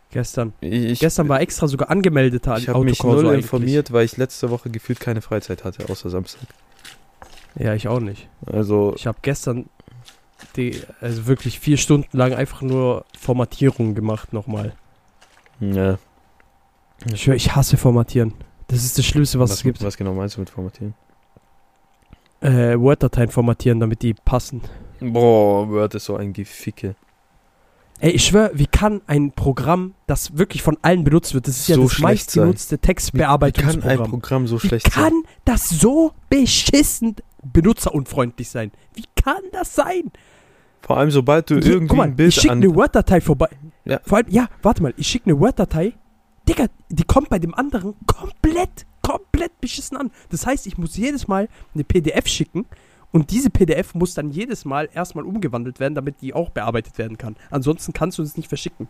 Speaker 3: Gestern.
Speaker 4: ich,
Speaker 3: gestern war extra sogar angemeldeter
Speaker 4: ich habe mich
Speaker 3: Autokorso
Speaker 4: null
Speaker 3: eigentlich.
Speaker 4: informiert, weil ich letzte Woche gefühlt keine Freizeit hatte, außer Samstag.
Speaker 3: Ja, ich auch nicht.
Speaker 4: Also,
Speaker 3: Ich habe gestern die, also wirklich vier Stunden lang einfach nur Formatierungen gemacht nochmal.
Speaker 4: ja.
Speaker 3: Ich höre, ich hasse Formatieren. Das ist das Schlimmste, was, es gibt.
Speaker 4: was genau meinst du mit Formatieren?
Speaker 3: Äh, Word-Dateien formatieren, damit die passen.
Speaker 4: Boah, Word ist so ein Geficke.
Speaker 3: Ey, ich schwöre, wie kann ein Programm, das wirklich von allen benutzt wird, das ist ja
Speaker 4: So
Speaker 3: das
Speaker 4: schlecht
Speaker 3: meistgenutzte
Speaker 4: kann ein
Speaker 3: Textbearbeitungsprogramm.
Speaker 4: Programm so
Speaker 3: Wie
Speaker 4: schlecht sein?
Speaker 3: kann das so beschissen benutzerunfreundlich sein? Wie kann das sein?
Speaker 4: Vor allem, sobald du
Speaker 3: Je-
Speaker 4: irgendwie ein
Speaker 3: ich ne-
Speaker 4: Bild
Speaker 3: schicke
Speaker 4: an...
Speaker 3: eine Word-Datei vorbei.
Speaker 4: Ja.
Speaker 3: Vor allem, ja, warte mal, ich schicke eine Word-Datei. Digga, die kommt bei dem anderen komplett, komplett beschissen an. Das heißt, ich muss jedes Mal eine PDF schicken und diese PDF muss dann jedes Mal erstmal umgewandelt werden, damit die auch bearbeitet werden kann. Ansonsten kannst du es nicht verschicken.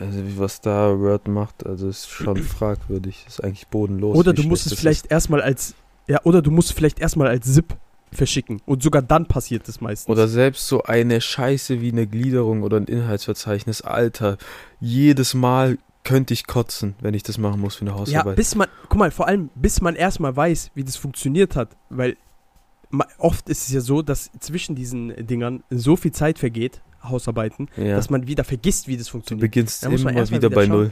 Speaker 4: Also wie- was da Word macht, also
Speaker 3: <clears throat>
Speaker 4: ist schon fragwürdig. Ist eigentlich bodenlos.
Speaker 3: Oder
Speaker 4: wie
Speaker 3: du musst es
Speaker 4: schlecht
Speaker 3: vielleicht erstmal als ja, oder du musst vielleicht erstmal als ZIP verschicken und sogar dann passiert es
Speaker 4: ist.
Speaker 3: meistens.
Speaker 4: Oder selbst so eine Scheiße wie eine Gliederung oder ein Inhaltsverzeichnis. Alter, jedes Mal könnte ich kotzen, wenn ich das machen muss für eine
Speaker 3: ja,
Speaker 4: Hausarbeit.
Speaker 3: bis man guck mal, vor allem bis man erstmal weiß, wie das funktioniert hat, weil ma- oft ist es ja so, dass zwischen diesen Dingern so viel Zeit vergeht, Hausarbeiten,
Speaker 4: Ja,
Speaker 3: dass man wieder vergisst, wie das
Speaker 4: du
Speaker 3: funktioniert.
Speaker 4: beginnst
Speaker 3: Da muss man
Speaker 4: immer
Speaker 3: erstmal
Speaker 4: wieder
Speaker 3: wieder
Speaker 4: bei
Speaker 3: schauen.
Speaker 4: Null.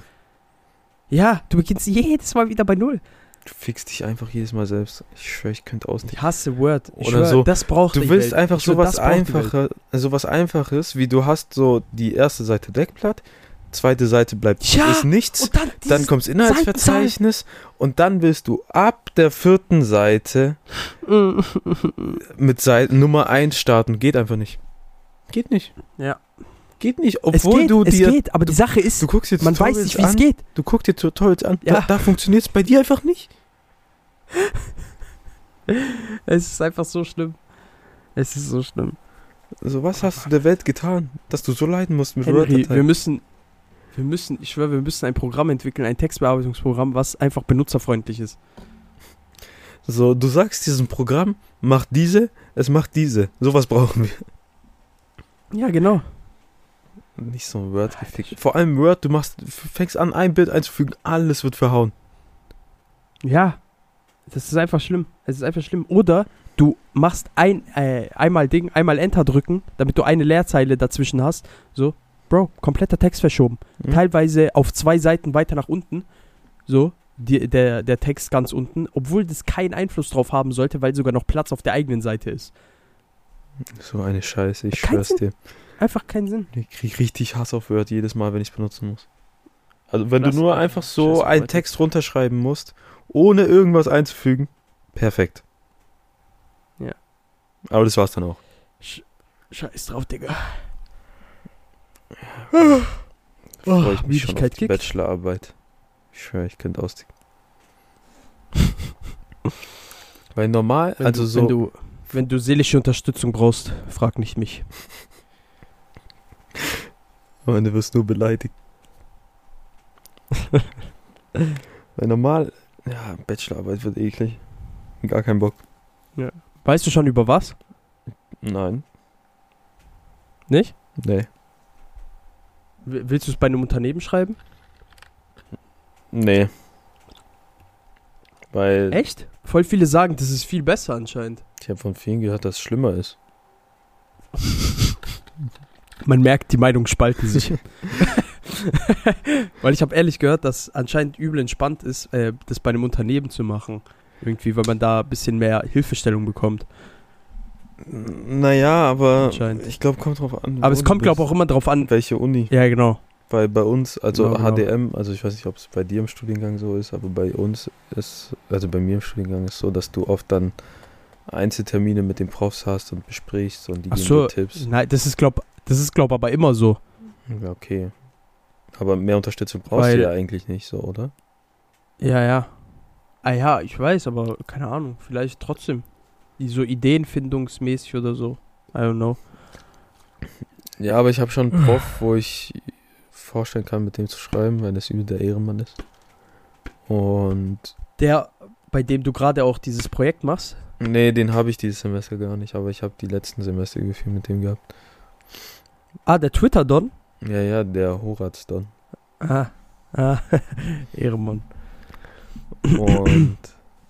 Speaker 3: ja, du beginnst jedes Mal wieder bei null.
Speaker 4: Du fickst dich einfach jedes Mal selbst. Ich schwöre, ich könnte ausnehmen.
Speaker 3: Ich hasse Word. Ich
Speaker 4: Oder
Speaker 3: schwör,
Speaker 4: so,
Speaker 3: das braucht
Speaker 4: Du
Speaker 3: die
Speaker 4: willst
Speaker 3: Welt.
Speaker 4: einfach
Speaker 3: Ich schwör,
Speaker 4: sowas
Speaker 3: das braucht die Welt.
Speaker 4: einfacher, sowas einfaches, wie du hast so die erste Seite Deckblatt, zweite Seite bleibt
Speaker 3: Ja,
Speaker 4: ist nichts.
Speaker 3: Und dann,
Speaker 4: Dann kommt's Inhaltsverzeichnis und dann willst du ab der vierten Seite
Speaker 3: Mm.
Speaker 4: mit Seite Nummer 1 starten. Geht einfach nicht. Geht nicht.
Speaker 3: Ja.
Speaker 4: Geht nicht,
Speaker 3: es
Speaker 4: obwohl
Speaker 3: geht,
Speaker 4: du
Speaker 3: es
Speaker 4: dir.
Speaker 3: geht, aber die Sache ist,
Speaker 4: Du guckst jetzt
Speaker 3: man weiß nicht, wie
Speaker 4: an,
Speaker 3: es geht.
Speaker 4: Du guckst dir Tutorials an,
Speaker 3: Ja.
Speaker 4: da, da funktioniert es bei dir einfach nicht.
Speaker 3: Es ist einfach so schlimm. Es ist so schlimm.
Speaker 4: Also was hast du der Welt getan, dass du so leiden musst mit
Speaker 3: Oh Henry, wir
Speaker 4: Word-Dateien?
Speaker 3: müssen, wir müssen, ich schwöre, wir müssen ein Programm entwickeln, ein Textbearbeitungsprogramm, was einfach benutzerfreundlich ist.
Speaker 4: So, du sagst diesem Programm, mach diese, es macht diese. Sowas brauchen wir.
Speaker 3: Ja, genau.
Speaker 4: Nicht so ein Word gefickt. Vor allem Word, du machst, fängst an, ein Bild einzufügen, alles wird verhauen.
Speaker 3: Ja, das ist einfach schlimm. Es ist einfach schlimm. Oder du machst ein, äh, einmal Ding, einmal Enter drücken, damit du eine Leerzeile dazwischen hast. So, Bro, kompletter Text verschoben.
Speaker 4: Mhm.
Speaker 3: Teilweise auf zwei Seiten weiter nach unten. So, die, der, der Text ganz unten, obwohl das keinen Einfluss drauf haben sollte, weil sogar noch Platz auf der eigenen Seite ist.
Speaker 4: So eine Scheiße, ich
Speaker 3: Kein
Speaker 4: schwör's dir.
Speaker 3: Einfach keinen Sinn.
Speaker 4: Ich krieg richtig Hass auf Word jedes Mal, wenn ich es benutzen muss. Also wenn
Speaker 3: Krass,
Speaker 4: du nur
Speaker 3: Alter.
Speaker 4: einfach so
Speaker 3: Scheiß auf
Speaker 4: einen
Speaker 3: Word.
Speaker 4: Text runterschreiben musst, ohne irgendwas einzufügen, perfekt.
Speaker 3: Ja.
Speaker 4: Aber das war's dann auch.
Speaker 3: Scheiß drauf, Digga.
Speaker 4: Oh,
Speaker 3: Oh,
Speaker 4: Freue ich mich schon
Speaker 3: Ah.
Speaker 4: auf
Speaker 3: Müdigkeit
Speaker 4: die
Speaker 3: kickt.
Speaker 4: Bachelorarbeit. Ich schwöre, ich könnte austicken. <laughs> Weil normal,
Speaker 3: Wenn
Speaker 4: also
Speaker 3: du,
Speaker 4: so,
Speaker 3: Wenn du, wenn du seelische Unterstützung brauchst, frag nicht mich.
Speaker 4: am Ende wirst du nur beleidigt. <laughs> Weil normal, ja, Bachelorarbeit wird eklig. Gar keinen Bock.
Speaker 3: Weißt du schon über was?
Speaker 4: Nein.
Speaker 3: Nicht?
Speaker 4: Nee.
Speaker 3: W- Willst du es bei einem Unternehmen schreiben?
Speaker 4: Nee. Weil
Speaker 3: Echt? Voll viele sagen, das ist viel besser anscheinend.
Speaker 4: ich habe von vielen gehört, dass es schlimmer ist.
Speaker 3: Man merkt, die Meinungen spalten <laughs> sich. weil ich habe ehrlich gehört, dass anscheinend übel entspannt ist, äh, das bei einem Unternehmen zu machen. Irgendwie, weil man da ein bisschen mehr Hilfestellung bekommt.
Speaker 4: Naja, aber
Speaker 3: Anscheinend.
Speaker 4: ich glaube, kommt drauf an.
Speaker 3: Aber es kommt, glaube ich, auch immer drauf an.
Speaker 4: Welche Uni?
Speaker 3: Ja, genau.
Speaker 4: Weil bei uns, also
Speaker 3: Genau, genau.
Speaker 4: HDM, also ich weiß nicht, ob es bei dir im Studiengang so ist, aber bei uns ist, also bei mir im Studiengang ist so, dass du oft dann Einzeltermine mit den Profs hast und besprichst und die
Speaker 3: Ach
Speaker 4: geben
Speaker 3: so.
Speaker 4: dir Tipps.
Speaker 3: Nein, das ist, glaube das ist, glaub, aber immer so.
Speaker 4: Ja, okay. Aber mehr Unterstützung brauchst
Speaker 3: Weil-
Speaker 4: du ja eigentlich nicht so, oder?
Speaker 3: Ja, ja. Ah ja, ich weiß, aber keine Ahnung, vielleicht trotzdem. Die So ideenfindungsmäßig oder so. I don't know.
Speaker 4: Ja, aber ich habe schon einen Prof, wo ich vorstellen kann, mit dem zu schreiben, weil das übel der Ehrenmann ist. Und
Speaker 3: Der, bei dem du gerade auch dieses Projekt machst,
Speaker 4: nee, den habe ich dieses Semester gar nicht, aber ich habe die letzten Semester gefühlt mit dem gehabt.
Speaker 3: ah, der Twitter-Don.
Speaker 4: Ja, ja, der Horaz dann.
Speaker 3: Ah, ah, <laughs> Ehrenmann.
Speaker 4: Und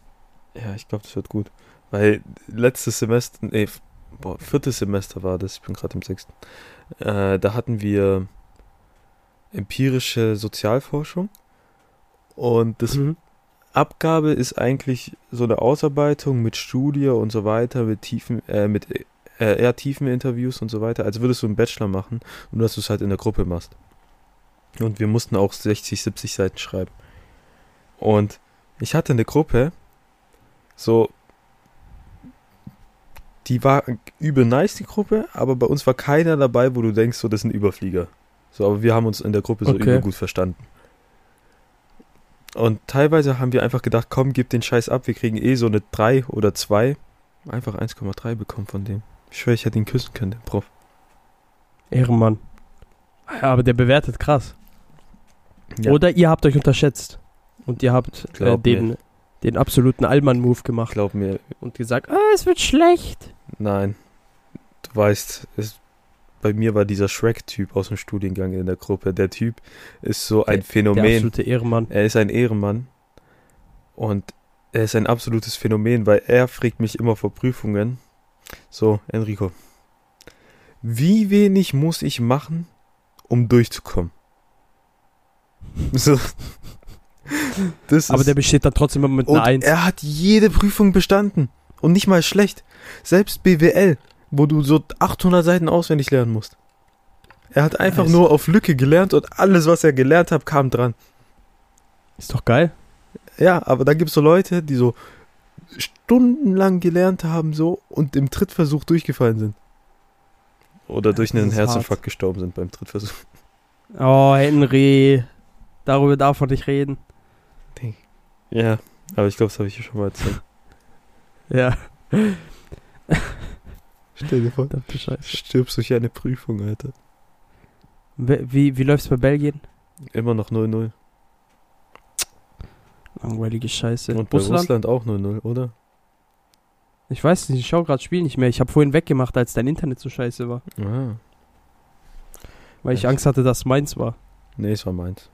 Speaker 4: <clears throat> ja, ich glaube, das wird gut. Weil letztes Semester, nee, f- boah, viertes Semester war das, ich bin gerade im sechsten. Äh, da hatten wir empirische Sozialforschung. Und das
Speaker 3: Mhm.
Speaker 4: Abgabe ist eigentlich so eine Ausarbeitung mit Studie und so weiter, mit tiefen, äh, mit äh, eher tiefen Interviews und so weiter, als würdest du einen Bachelor machen, nur dass du es halt in der Gruppe machst. Und wir mussten auch 60, 70 Seiten schreiben. Und ich hatte eine Gruppe, so, die war übel nice, die Gruppe, aber bei uns war keiner dabei, wo du denkst, so, das sind Überflieger. So, aber wir haben uns in der Gruppe so
Speaker 3: Okay.
Speaker 4: übel gut verstanden. Und teilweise haben wir einfach gedacht, komm, gib den Scheiß ab, wir kriegen eh so eine 3 oder 2. Einfach 1,3 bekommen von dem. Ich schwöre, ich hätte ihn küssen können, den Prof.
Speaker 3: Ehrenmann. Ah Ja, aber der bewertet krass.
Speaker 4: Ja.
Speaker 3: Oder ihr habt euch unterschätzt. Und ihr habt äh,
Speaker 4: Glaub
Speaker 3: den, den absoluten Allmann-Move gemacht
Speaker 4: Glaub mir,
Speaker 3: und gesagt, ah, es wird schlecht.
Speaker 4: Nein. Du weißt, es, bei mir war dieser Shrek-Typ aus dem Studiengang in der Gruppe. Der Typ ist so ein
Speaker 3: Der
Speaker 4: Phänomen.
Speaker 3: absolute Ehrenmann.
Speaker 4: Er ist ein Ehrenmann. Und er ist ein absolutes Phänomen, weil er fragt mich immer vor Prüfungen. So, Enrico. Wie wenig muss ich machen, um durchzukommen? <laughs> So. Das
Speaker 3: Aber
Speaker 4: ist-
Speaker 3: der besteht dann trotzdem immer mit
Speaker 4: und
Speaker 3: einer Eins.
Speaker 4: er hat jede Prüfung bestanden. Und nicht mal schlecht. Selbst BWL, wo du so 800 Seiten auswendig lernen musst. Er hat einfach
Speaker 3: Nice.
Speaker 4: nur auf Lücke gelernt und alles, was er gelernt hat, kam dran.
Speaker 3: Ist doch geil.
Speaker 4: Ja, aber dann gibt's so Leute, die so stundenlang gelernt haben so und im Trittversuch durchgefallen sind. Oder durch
Speaker 3: das
Speaker 4: einen
Speaker 3: ist
Speaker 4: Herzinfarkt
Speaker 3: hart.
Speaker 4: gestorben sind
Speaker 3: <laughs>
Speaker 4: beim Trittversuch.
Speaker 3: Oh, Henry. Darüber darf man nicht reden.
Speaker 4: Ja, aber ich glaube, das habe ich ja schon mal erzählt.
Speaker 3: Ja,
Speaker 4: Stell dir vor,
Speaker 3: verdammte Scheiße.
Speaker 4: stirbst durch eine Prüfung, Alter.
Speaker 3: Wie, wie, wie läuft's bei Belgien?
Speaker 4: Immer noch 0-0.
Speaker 3: Langweilige Scheiße.
Speaker 4: Und bei Russland auch 0-0, oder?
Speaker 3: Ich weiß nicht, ich schau grad Spiel nicht mehr. Ich habe vorhin weggemacht, als dein Internet so scheiße war.
Speaker 4: Ah.
Speaker 3: Weil ich
Speaker 4: Echt?
Speaker 3: Angst hatte, dass meins war.
Speaker 4: Nee, es war meins.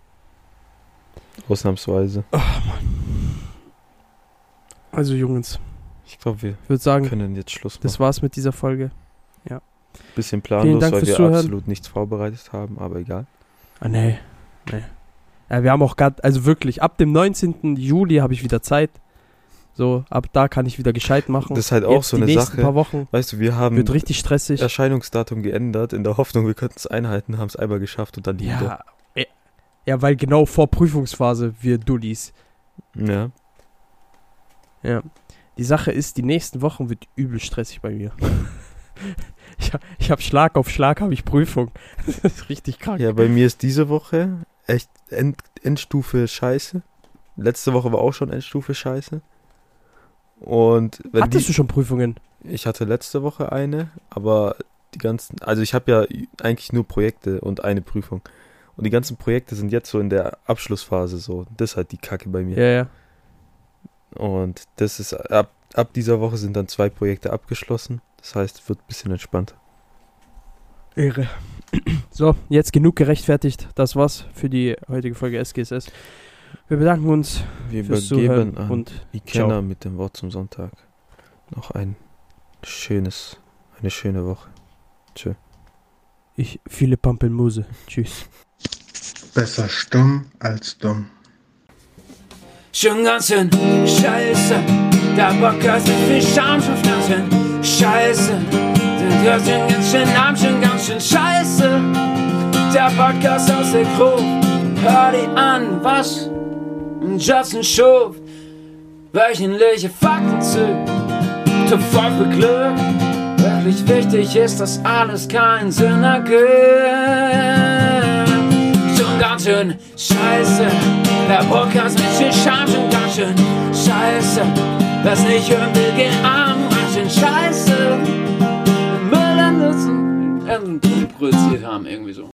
Speaker 4: Ausnahmsweise.
Speaker 3: Also Jungs,
Speaker 4: Ich glaube, wir
Speaker 3: ich würde sagen,
Speaker 4: können jetzt Schluss machen.
Speaker 3: das war's mit dieser Folge. Vielen
Speaker 4: Bisschen planlos,
Speaker 3: Dank
Speaker 4: weil
Speaker 3: fürs
Speaker 4: wir
Speaker 3: Zuhören.
Speaker 4: absolut nichts vorbereitet haben, aber egal.
Speaker 3: Ah, nee. Nee. Ja, wir haben auch gerade, also wirklich, ab dem 19. Juli habe ich wieder Zeit. So, ab da kann ich wieder gescheit machen.
Speaker 4: Das ist halt auch
Speaker 3: Jetzt
Speaker 4: so
Speaker 3: die
Speaker 4: eine
Speaker 3: nächsten
Speaker 4: Sache. Hm.
Speaker 3: paar Wochen
Speaker 4: Weißt du, wir haben
Speaker 3: wird richtig stressig.
Speaker 4: Erscheinungsdatum geändert, in der Hoffnung, wir könnten es einhalten, haben es einmal geschafft und dann nie wieder.
Speaker 3: Ja, ja, ja, weil genau vor Prüfungsphase wir Dullis.
Speaker 4: Ja.
Speaker 3: Ja. Die Sache ist, die nächsten Wochen wird übel stressig bei
Speaker 4: <laughs>
Speaker 3: mir. ich ha- ich habe Schlag auf Schlag habe ich Prüfung. <laughs> das ist richtig krank.
Speaker 4: ja, bei mir ist diese Woche echt End Endstufe scheiße. Letzte Woche war auch schon Endstufe scheiße. Und wenn die,
Speaker 3: Hattest du schon Prüfungen?
Speaker 4: Ich hatte letzte Woche eine, aber die ganzen, also ich habe ja eigentlich nur Projekte und eine Prüfung. Und die ganzen Projekte sind jetzt so in der Abschlussphase so. Das ist halt die Kacke bei mir.
Speaker 3: Ja, ja.
Speaker 4: Und das ist ab, ab dieser Woche sind dann zwei Projekte abgeschlossen. Das heißt, wird ein bisschen entspannter.
Speaker 3: Irre. <clears throat> So, jetzt genug gerechtfertigt. Das war's für die heutige Folge SGSS. Wir bedanken uns
Speaker 4: Wir
Speaker 3: fürs
Speaker 4: übergeben
Speaker 3: Zuhören
Speaker 4: an
Speaker 3: und
Speaker 4: Ikenna mit dem Wort zum Sonntag. Noch ein schönes, eine schöne Woche.
Speaker 3: ich viele Pampelmuse. Tschüss.
Speaker 2: Besser stumm als dumm.
Speaker 1: Schon ganz schön scheiße, der Bock hast mit viel Scham, schon ganz schön scheiße. Den hörst schon ganz schön arm, schon ganz schön scheiße. Der Podcast aus der Gruft, hör dir an, was Justin schuf. Wöchentliche Fakten zu, zu voll Glück. Wirklich wichtig ist, dass alles keinen Sinn ergibt. Schon ganz schön scheiße, der Podcast mit viel Scham, schon ganz schön scheiße. Was nicht hören will, geh arm, ganz schön scheiße. Müll an Nutzen, ähm, produziert haben, irgendwie so.